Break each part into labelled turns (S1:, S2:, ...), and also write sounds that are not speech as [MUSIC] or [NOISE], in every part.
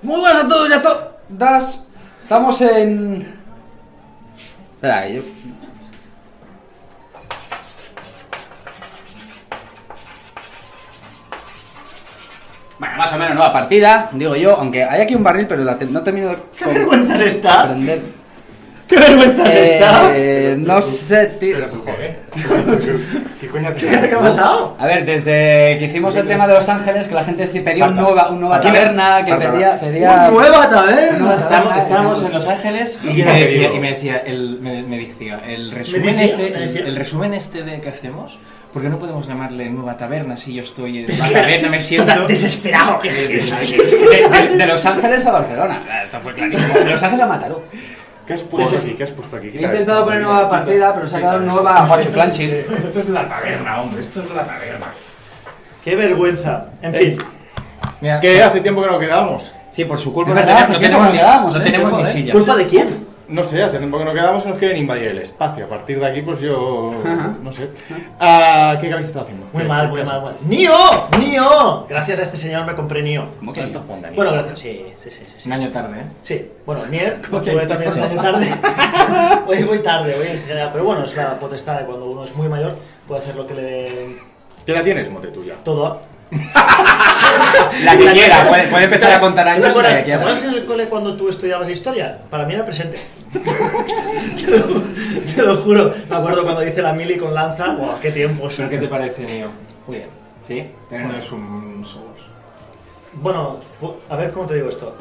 S1: Muy buenas a todos y a todas. Estamos en. Espera, que yo. Bueno, más o menos nueva partida, digo yo, aungue hay aquí un barril, pero la te- no termino de
S2: ¡Qué vergüenza se está!
S1: comprender.
S2: ¡Qué vergüenza se está!
S1: Eh, no sé, tío.
S3: Joder.
S1: [LAUGHS]
S3: ¿Qué coño haces?
S2: ¿Qué, qué ha pasado?
S1: A ver, desde que hicimos el tema de Los Ángeles, que la gente pedía un
S3: Falta.
S1: nueva, un nueva
S3: Falta.
S1: taberna, que
S3: Falta.
S1: pedía, eh, pedía...
S2: ¡Nueva taberna!
S1: Nueva
S4: Estábamos,
S1: taberna,
S4: estábamos
S1: y-
S4: en Los Ángeles y
S3: Yo
S4: me
S3: te
S4: decía,
S3: digo.
S4: y me decía, el, me, me decía, el resumen
S2: decía,
S4: este,
S2: me
S4: el,
S2: decía.
S4: el resumen este de que hacemos, porque no podemos llamarle nueva taberna si yo estoy en la
S2: Desesperado.
S4: taberna, me
S2: Total,
S4: siento
S2: desesperado.
S1: De, de- de Los Ángeles a Barcelona. Ah, Esto fue clarísimo. De Los Ángeles a Mataró.
S3: ¿Qué has puesto aquí? ¿Qué has puesto aquí?
S1: Pues He intentado poner nueva partida, pero se ha quedado nueva a Juancho Flanchi.
S3: Esto es la taberna, hombre. Esto es la taberna.
S2: ¡Qué vergüenza! En fin,
S4: Mira,
S3: Que hace tiempo que no quedamos.
S4: Sí, por su culpa
S1: Es
S4: no
S1: verdad,
S4: tenemos, no
S1: hace tiempo
S4: tenemos,
S1: que
S4: ni-
S1: quedábamos,
S4: no
S1: ¿eh?
S4: tenemos ni
S1: Joder.
S4: sillas.
S2: ¿culpa de quién?
S3: No sé, hace tiempo que no quedamos y nos quieren invadir el espacio. A partir de aquí, pues yo. No sé. Ah, ¿Qué habéis estado haciendo?
S2: Muy
S3: ¿Qué-
S2: mal,
S3: qué
S2: muy
S3: has
S2: mal,
S3: hecho?
S2: mal. ¡Nio! ¡Nio! Gracias a este señor me compré Nio.
S1: ¿Cómo que no?
S2: Bueno, gracias, sí, sí, sí. sí,
S4: Es
S2: sí.
S4: un año tarde, ¿eh?
S2: Sí, bueno, [LAUGHS] Nier, como
S4: ¿Cómo que
S2: tuve también
S4: no?
S2: esta mañana [LAUGHS] tarde. hoy muy tarde, hoy en general, pero bueno, es la potestad de cuando uno es muy mayor, puede hacer lo que le dé
S3: ¿Qué la tienes, mote tuya?
S2: todo.
S1: La que quiera, puede, puede empezar a contar
S2: ¿Tú te
S1: años y la
S2: acuerdas,
S1: que
S2: ¿Te
S1: quiera.
S2: acuerdas en el cole cuando tú estudiabas historia? Para mí
S1: [LAUGHS]
S2: era presente. te, lo, te lo juro, me acuerdo cuando hice la mili con lanza, ¡buah, qué tiempos!
S4: ¿Pero qué te parece, Neo? Muy bien.
S1: Sí.
S4: Pero no es un Souls.
S2: Bueno, pu- a ver cómo te digo esto.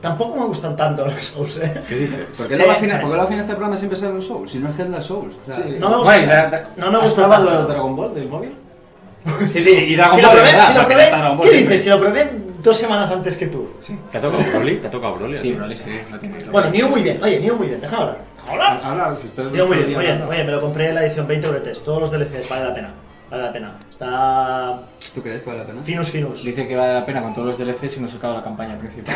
S2: Tampoco me gustan tanto los Souls, ¿eh?
S3: ¿Qué dices?
S1: ¿Por qué
S2: Sí.
S1: luego al final, por qué luego al final este programa siempre sale un Souls? Si no es Zelda Souls. O sea,
S2: No me gusta.
S4: Bueno, y la- la-
S2: no me
S4: ¿has
S2: gusta
S4: probado
S2: tanto.
S4: el Dragon Ball del móvil?
S2: Sí,
S1: sí, y Dragon
S2: si lo
S1: Ball de
S2: probé,
S1: verdad,
S2: si
S1: o sea, que
S2: lo probé,
S1: está Dragon Ball
S2: ¿qué
S1: siempre.
S2: dices? Si lo probé dos semanas antes que tú.
S3: ¿Te ha tocado Broly? ¿Te ha tocado Broly?
S4: Sí, pero sí, no tiene
S2: Bueno, Neo muy bien, oye, Neo muy bien, deja hablar.
S4: Habla, si estás...
S2: Neo muy bien,
S4: todo
S2: muy
S4: el día
S2: bien,
S4: hablando.
S2: oye, me lo compré en la edición 20 bretes, todos los DLCs, vale la pena, vale la pena. Está
S1: ¿Tú crees que vale la pena?
S2: finus finus.
S4: Dice que vale la pena con todos los DLCs si nos acaba la campaña principal.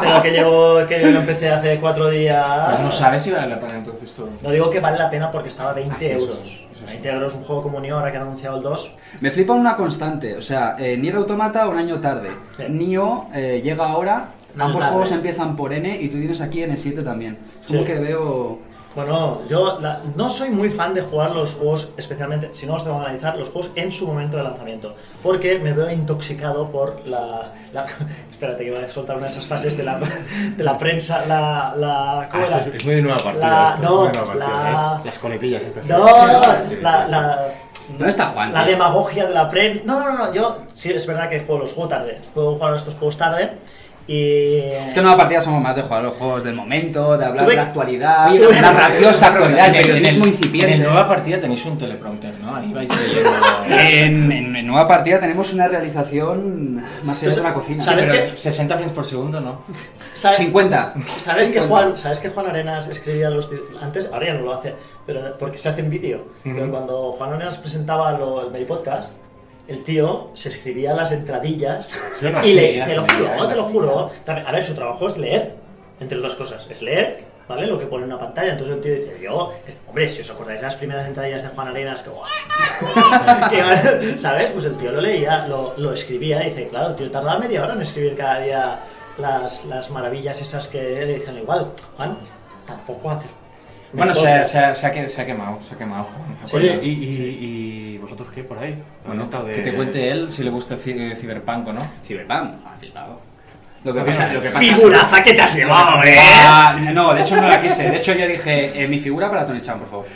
S2: Pero que llevo, que lo empecé hace cuatro días.
S4: Pues no sabes si vale la pena entonces todo.
S2: No digo que vale la pena porque estaba 20
S4: Ah, sí, eso
S2: euros.
S4: sí, eso sí.
S2: 20 euros un juego como Neo ahora que han anunciado el 2.
S1: Me flipa una constante, o sea, eh, Nier Automata un año tarde,
S2: Sí.
S1: Nio eh, llega ahora,
S2: Un año
S1: ambos
S2: tarde.
S1: juegos empiezan por N y tú tienes aquí N7 también. Es como
S2: Sí.
S1: que veo...
S2: Bueno, yo la- no soy muy fan de jugar los juegos, especialmente, si no os tengo que analizar, los juegos en su momento de lanzamiento. Porque me veo intoxicado por la. la- [LAUGHS] espérate, que voy a soltar una de esas frases de la, de la prensa. La. la ¿cómo
S3: Ah, esto
S2: era?
S3: es, es muy de nueva partida.
S2: La-
S3: esto es
S2: no,
S3: muy de nueva partida,
S2: la-
S3: ¿ves? Las coletillas estas.
S2: No,
S3: Sí,
S2: no,
S3: sí, sí, sí.
S2: la, la,
S1: ¿Dónde está Juan,
S2: La
S3: eh.
S1: tío?
S2: demagogia de la prensa. No, no, no, yo sí es verdad que juego los juegos tarde. Puedo jugar a estos juegos tarde y.
S1: Es que en una partida somos más de jugar los juegos del momento, de hablar
S2: Tuve-
S1: de la actualidad,
S2: Oye,
S1: de la
S2: tuve-
S1: rabiosa actualidad, el
S4: En el-
S1: periodismo
S4: en el- ¿eh?
S1: incipiente.
S4: En nueva partida tenéis un teleprompter, ¿no? Ahí vais eh, leyendo. [LAUGHS]
S1: En, en- en nueva partida tenemos una realización más allá de una cocina.
S2: ¿Sabes
S4: Pero
S2: qué?
S4: 60 frames por segundo, ¿no?
S2: ¿sabes?
S1: 50.
S2: [LAUGHS] ¿Sabes que,
S1: 50.
S2: Juan, ¿Sabes que Juan Arenas escribía los dis- antes? Ahora ya no lo hace, pero porque se hace en vídeo. Pero cuando Juan Arenas presentaba lo- el Mary Podcast, el tío se escribía las entradillas
S3: Sí, no,
S2: y
S3: sí,
S2: le,
S4: las
S2: te lo
S4: leía,
S2: juro,
S4: las
S2: te lo
S4: leía.
S2: juro. También- A ver, su trabajo es leer, entre otras cosas, es leer, ¿vale? Lo que pone en una pantalla. Entonces el tío dice, yo, es- hombre, si os acordáis de las primeras entradillas de Juan Arenas, que [LAUGHS] que, ¿Sabes? Pues el tío lo leía, lo, lo escribía, dice, claro, el tío tardaba media hora en escribir cada día las, las maravillas esas que le dicen igual. Juan, tampoco hace.
S4: Bueno,
S2: Mejor.
S4: se, se, se ha, que- se ha quemado, se ha quemado. Juan.
S3: Oye, ¿y, y, y vosotros qué por ahí? ¿Habéis
S4: Bueno,
S3: estado de-
S4: que te cuente él si le gusta ci- eh, Cyberpunk o no.
S1: Cyberpunk, ha flipado. Lo que
S3: Está
S1: pasa,
S3: bien.
S1: lo que pasa...
S2: ¡Figuraza que te has llevado, eh!
S1: Ah, no, de hecho no la quise. De hecho yo dije, eh, mi figura para Tony Chan, por favor.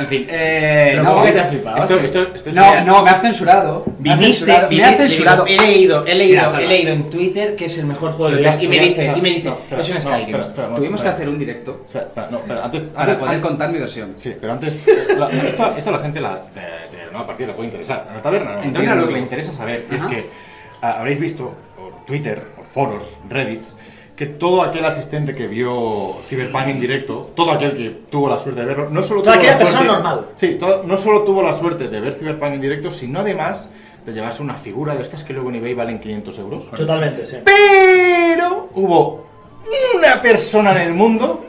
S1: En fin, eh,
S4: Pero
S1: no,
S4: ¿cómo que te has flipado?
S3: Esto, esto, esto es
S1: No,
S3: real.
S1: no, me has censurado. Me has censurado. Me has censurado.
S4: He leído, he
S1: leído,
S4: leído,
S1: he
S4: he leído en Twitter que es el mejor juego del
S3: Sí,
S4: y me
S3: sí,
S4: dice,
S3: no,
S4: y me dice,
S3: no, espera,
S4: es un
S3: no,
S4: Skyrim.
S3: espera, espera, un
S1: Tuvimos que
S3: momento,
S1: hacer un directo
S3: espera, espera, no, espera, antes,
S1: para
S3: antes-
S1: poder
S3: antes-
S1: contar mi versión.
S3: Sí, pero antes, la- esto, esto a la gente la, de, de la nueva partida le puede interesar. A la taberna, a la
S1: Entiendo.
S3: taberna lo que le interesa saber es
S1: Ajá.
S3: que ah, habréis visto por Twitter, por foros, Reddits, que todo aquel asistente que vio Cyberpunk en directo, todo aquel que tuvo la suerte de verlo, no solo
S2: Toda
S3: tuvo la
S2: aquella persona
S3: suerte-
S2: normal.
S3: Sí, todo- no solo tuvo la suerte de ver Cyberpunk en directo, sino además de llevarse una figura de estas que luego en eBay valen 500 euros.
S2: Totalmente, sí.
S3: Pero hubo una persona en el mundo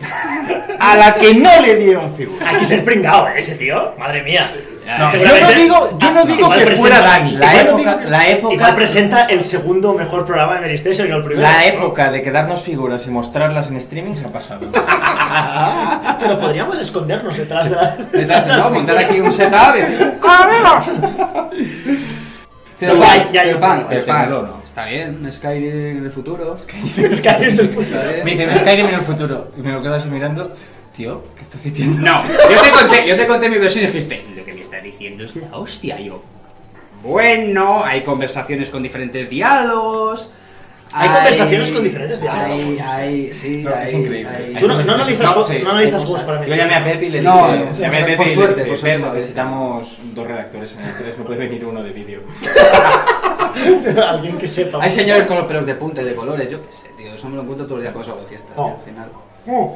S3: a la que no le dieron figura.
S2: Hay que ser pringado, ¿eh? Ese tío, madre mía.
S1: Ah,
S3: No,
S4: Yo no
S2: Seguramente-
S4: digo, yo no
S2: Ah,
S4: digo
S2: igual
S4: que
S2: presenta-
S4: fuera Dani.
S2: igual
S4: La época,
S2: digo-
S4: la época,
S2: Igual presenta el segundo mejor programa de Mary Station que el primero.
S4: la época de quedarnos figuras y mostrarlas en streaming se ha pasado.
S2: Pero podríamos escondernos detrás de la. [LAUGHS]
S1: Detrás, ¿no? Montar aquí un setup y decir,
S2: No, ya, ya,
S1: Cyberpunk,
S2: ya,
S1: Cyberpunk.
S4: ya, ya.
S1: Está bien, Skyrim en el futuro.
S2: Skyrim es el puto.
S1: Está bien.
S4: Me dicen Skyrim en el futuro y me lo quedo así mirando. Tío, ¿qué estás
S1: [LAUGHS]
S4: diciendo?
S1: No, yo te conté, yo te conté mi versión y dijiste, lo que me está diciendo es la hostia, yo. Bueno, hay conversaciones con diferentes diálogos.
S2: Hay conversaciones con diferentes diálogos.
S1: Hay, hay, sí,
S4: No,
S1: hay,
S4: es increíble.
S1: hay-
S2: Tú no, no analizas, no,
S4: No, sí,
S2: no analizas
S4: hay
S2: juegos para Mary
S4: Yo llamé a Pepe y le dije,
S1: No,
S4: llamé a
S1: por
S4: Pepe y le
S1: suerte,
S4: dije,
S1: por suerte,
S4: "Pepe,
S1: no,
S4: necesitamos dos redactores en el 3, no puede venir uno de vídeo.
S2: Station. [LAUGHS] Alguien que sepa.
S1: hay señores con los pelos de punta y de colores, yo qué sé, tío. Eso me lo encuentro todos los días cuando salgo de fiesta.
S2: No.
S1: tío, al final.
S2: Uh.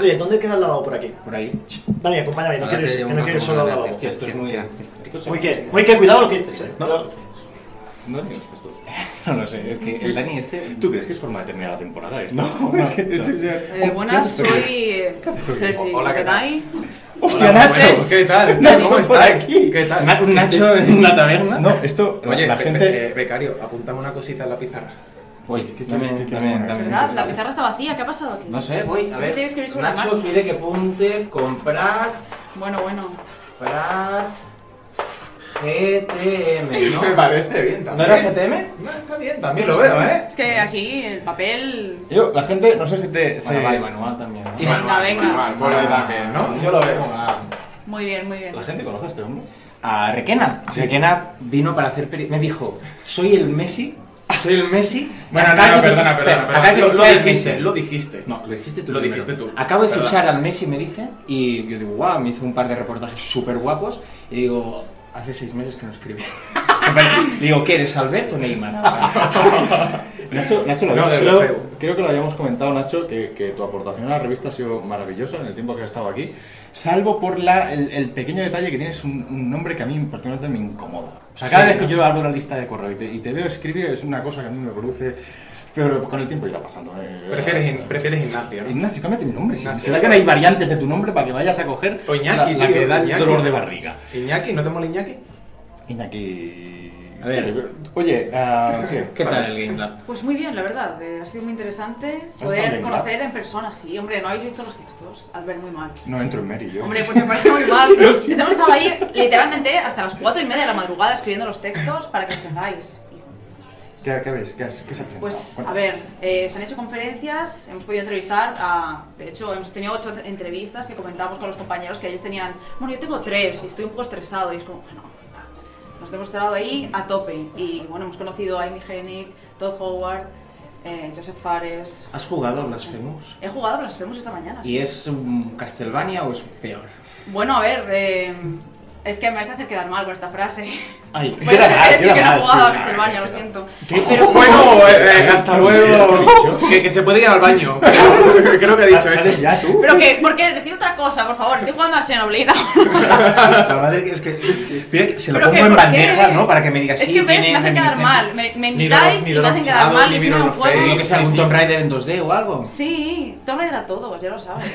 S2: Oye, ¿dónde queda el lavado por aquí?
S4: Por ahí.
S2: Dani, acompáñame, no
S1: Ahora
S2: quieres,
S1: te
S2: que
S1: llevo
S2: no
S1: una
S2: quieres
S1: toma
S2: solo al
S1: de
S2: lavabo.
S1: látex, tío,
S4: Esto es
S1: que-
S4: muy-
S1: que- que-
S2: Muy que, muy que cuidado lo que dices, eh.
S4: No. No, no, [LAUGHS] no lo sé, es que el Dani este.
S3: ¿Tú crees que es forma de terminar la temporada esto? [LAUGHS]
S4: No,
S3: es que...
S4: no.
S5: Eh, buenas, soy eh, Sergi.
S6: Hola, ¿qué
S5: ¿Qué
S6: tal?
S5: tal?
S3: ¡Hostia,
S6: Hola,
S3: Nacho!
S6: buenas. ¿Qué
S7: [LAUGHS]
S6: tal?
S3: Nacho,
S6: ¿Cómo
S3: por
S6: estás?
S3: aquí.
S6: ¿Qué tal?
S4: Na- Nacho en la taberna.
S3: este, No, esto...
S6: Oye,
S3: la
S6: be-
S3: gente...
S6: be- eh, becario, apuntame una cosita en la pizarra.
S4: Voy,
S3: ¿Qué quieres-
S4: dame,
S3: qué quieres
S4: dame,
S3: poner?
S4: dame.
S5: ¿Verdad? La pizarra está vacía, ¿qué ha pasado aquí?
S4: No sé, voy. A
S5: Sí,
S4: ver.
S5: tienes que ir sobre la
S4: Nacho
S5: marcha.
S4: quiere que apunte comprar.
S5: Bueno, bueno.
S4: comprar.
S3: [LAUGHS]
S4: GTM,
S6: Me
S4: ¿no?
S6: parece bien
S4: ¿No
S6: también.
S4: era GTM?
S6: No, está bien, también lo veo, ¿eh?
S5: Es que aquí el papel.
S3: Yo, la gente, no sé si te...
S4: Bueno,
S3: se-
S4: vale, manual también. ¿no?
S6: Y
S5: Venga,
S6: manual,
S5: venga.
S6: manual, bueno, y también, ¿no? Yo lo veo.
S5: Muy bien, muy bien.
S3: ¿La gente conoce a este hombre?
S4: a Requena. Requena vino para hacer peri- Me dijo, soy el Messi. Soy el Messi.
S6: [LAUGHS] Bueno, no,
S4: Acabas
S6: no,
S4: de
S6: perdona,
S4: fichar-
S6: perdona,
S4: acabas
S6: perdona.
S4: de
S6: Lo, lo
S4: fichar al
S6: dijiste,
S4: Messi.
S6: lo dijiste.
S4: No, lo dijiste tú.
S6: Lo
S4: primero.
S6: dijiste tú,
S4: Acabo de
S6: perdón.
S4: fichar al Messi, me dice, y yo digo, guau, me hizo un par de reportajes súper guapos, y digo, hace seis meses que no escribí. [LAUGHS] digo, ¿qué eres, Alberto Neymar?
S3: Nacho, Nacho lo
S6: No,
S3: había-
S6: de
S3: creo,
S6: Orfeo.
S3: creo que lo habíamos comentado, Nacho, que, que tu aportación a la revista ha sido maravillosa en el tiempo que has estado aquí, salvo por la, el, el pequeño detalle que tienes un, un nombre que a mí particularmente me incomoda. O sea, cada
S4: Sí,
S3: vez que
S4: ¿no?
S3: yo abro la lista de correo y te, y te veo escribir es una cosa que a mí me produce, pero con el tiempo irá pasando. eh.
S6: Prefieres, gim- prefieres gimnasio, ¿no?
S3: Ignacio, cámbiate el nombre. si-
S6: Ignacio.
S3: Será que hay variantes de tu nombre para que vayas a coger
S6: O Iñaki,
S3: la, la
S6: tío,
S3: que da
S6: Iñaki.
S3: dolor de barriga.
S6: Iñaki, ¿no te mola Iñaki?
S3: Iñaki...
S4: A ver.
S3: Oye, ah, ¿qué?
S4: ¿Qué tal el Game Lab?
S5: Pues muy bien, la verdad. eh, ha sido muy interesante
S3: Está
S5: poder
S3: bien,
S5: conocer en persona, sí. Hombre, no habéis visto los textos. Al ver muy
S6: [LAUGHS]
S5: mal.
S3: No entro en Mary, yo.
S5: Hombre, pues me parece muy mal. Estamos estado ahí literalmente hasta las cuatro y media de la madrugada escribiendo los textos para que los tengáis.
S3: ¿Qué, qué ves? ¿Qué, has- qué se ha presentado?
S5: Pues a
S3: Cuéntanos.
S5: ver, eh, se han hecho conferencias, hemos podido entrevistar a... De hecho, hemos tenido ocho entrevistas que comentábamos con los compañeros que ellos tenían... Bueno, yo tengo tres y estoy un poco estresado y es como, bueno, nos hemos estado ahí a tope. Y bueno, hemos conocido a Amy Hennig, Todd Howard, eh, Joseph Fares...
S4: ¿Has jugado a Blasphemous?
S5: He jugado a Blasphemous esta mañana.
S4: ¿Y
S5: sí.
S4: es un Castlevania o es peor?
S5: Bueno, a ver, eh, es que me vais a hacer quedar mal con esta frase.
S4: Ay,
S5: [LAUGHS] Voy a
S3: queda mal,
S5: decir
S3: queda
S5: que no he
S3: mal,
S5: jugado
S3: sí,
S5: a Castlevania, lo siento.
S6: Pero bueno, eh, eh, hasta luego. Que, que se puede ir al baño. Creo que ha dicho
S3: ¿Sales
S6: eso.
S3: ya
S2: [LAUGHS]
S3: tú?
S5: Pero que, ¿por qué? Decid otra cosa, por favor. Estoy jugando a Xenoblade
S4: La verdad es que, mira que se lo
S5: Pero
S4: pongo
S5: que,
S4: en
S5: ¿por
S4: bandeja,
S5: qué?
S4: ¿no? Para que me digas,
S5: Es
S4: sí,
S5: que ves, me
S4: tiene
S5: hacen quedar mal. Me, me
S6: Ni
S5: invitáis
S6: los- ni
S5: y me
S6: los
S5: hacen quedar
S6: lados,
S5: mal.
S6: ni
S5: y
S6: miro
S5: encima
S6: los
S5: no juego.
S6: face.
S4: Yo que sé, algún
S6: Sí, sí.
S4: Tomb Raider en 2D o algo.
S5: Sí, Tomb Raider a todos, ya lo sabes.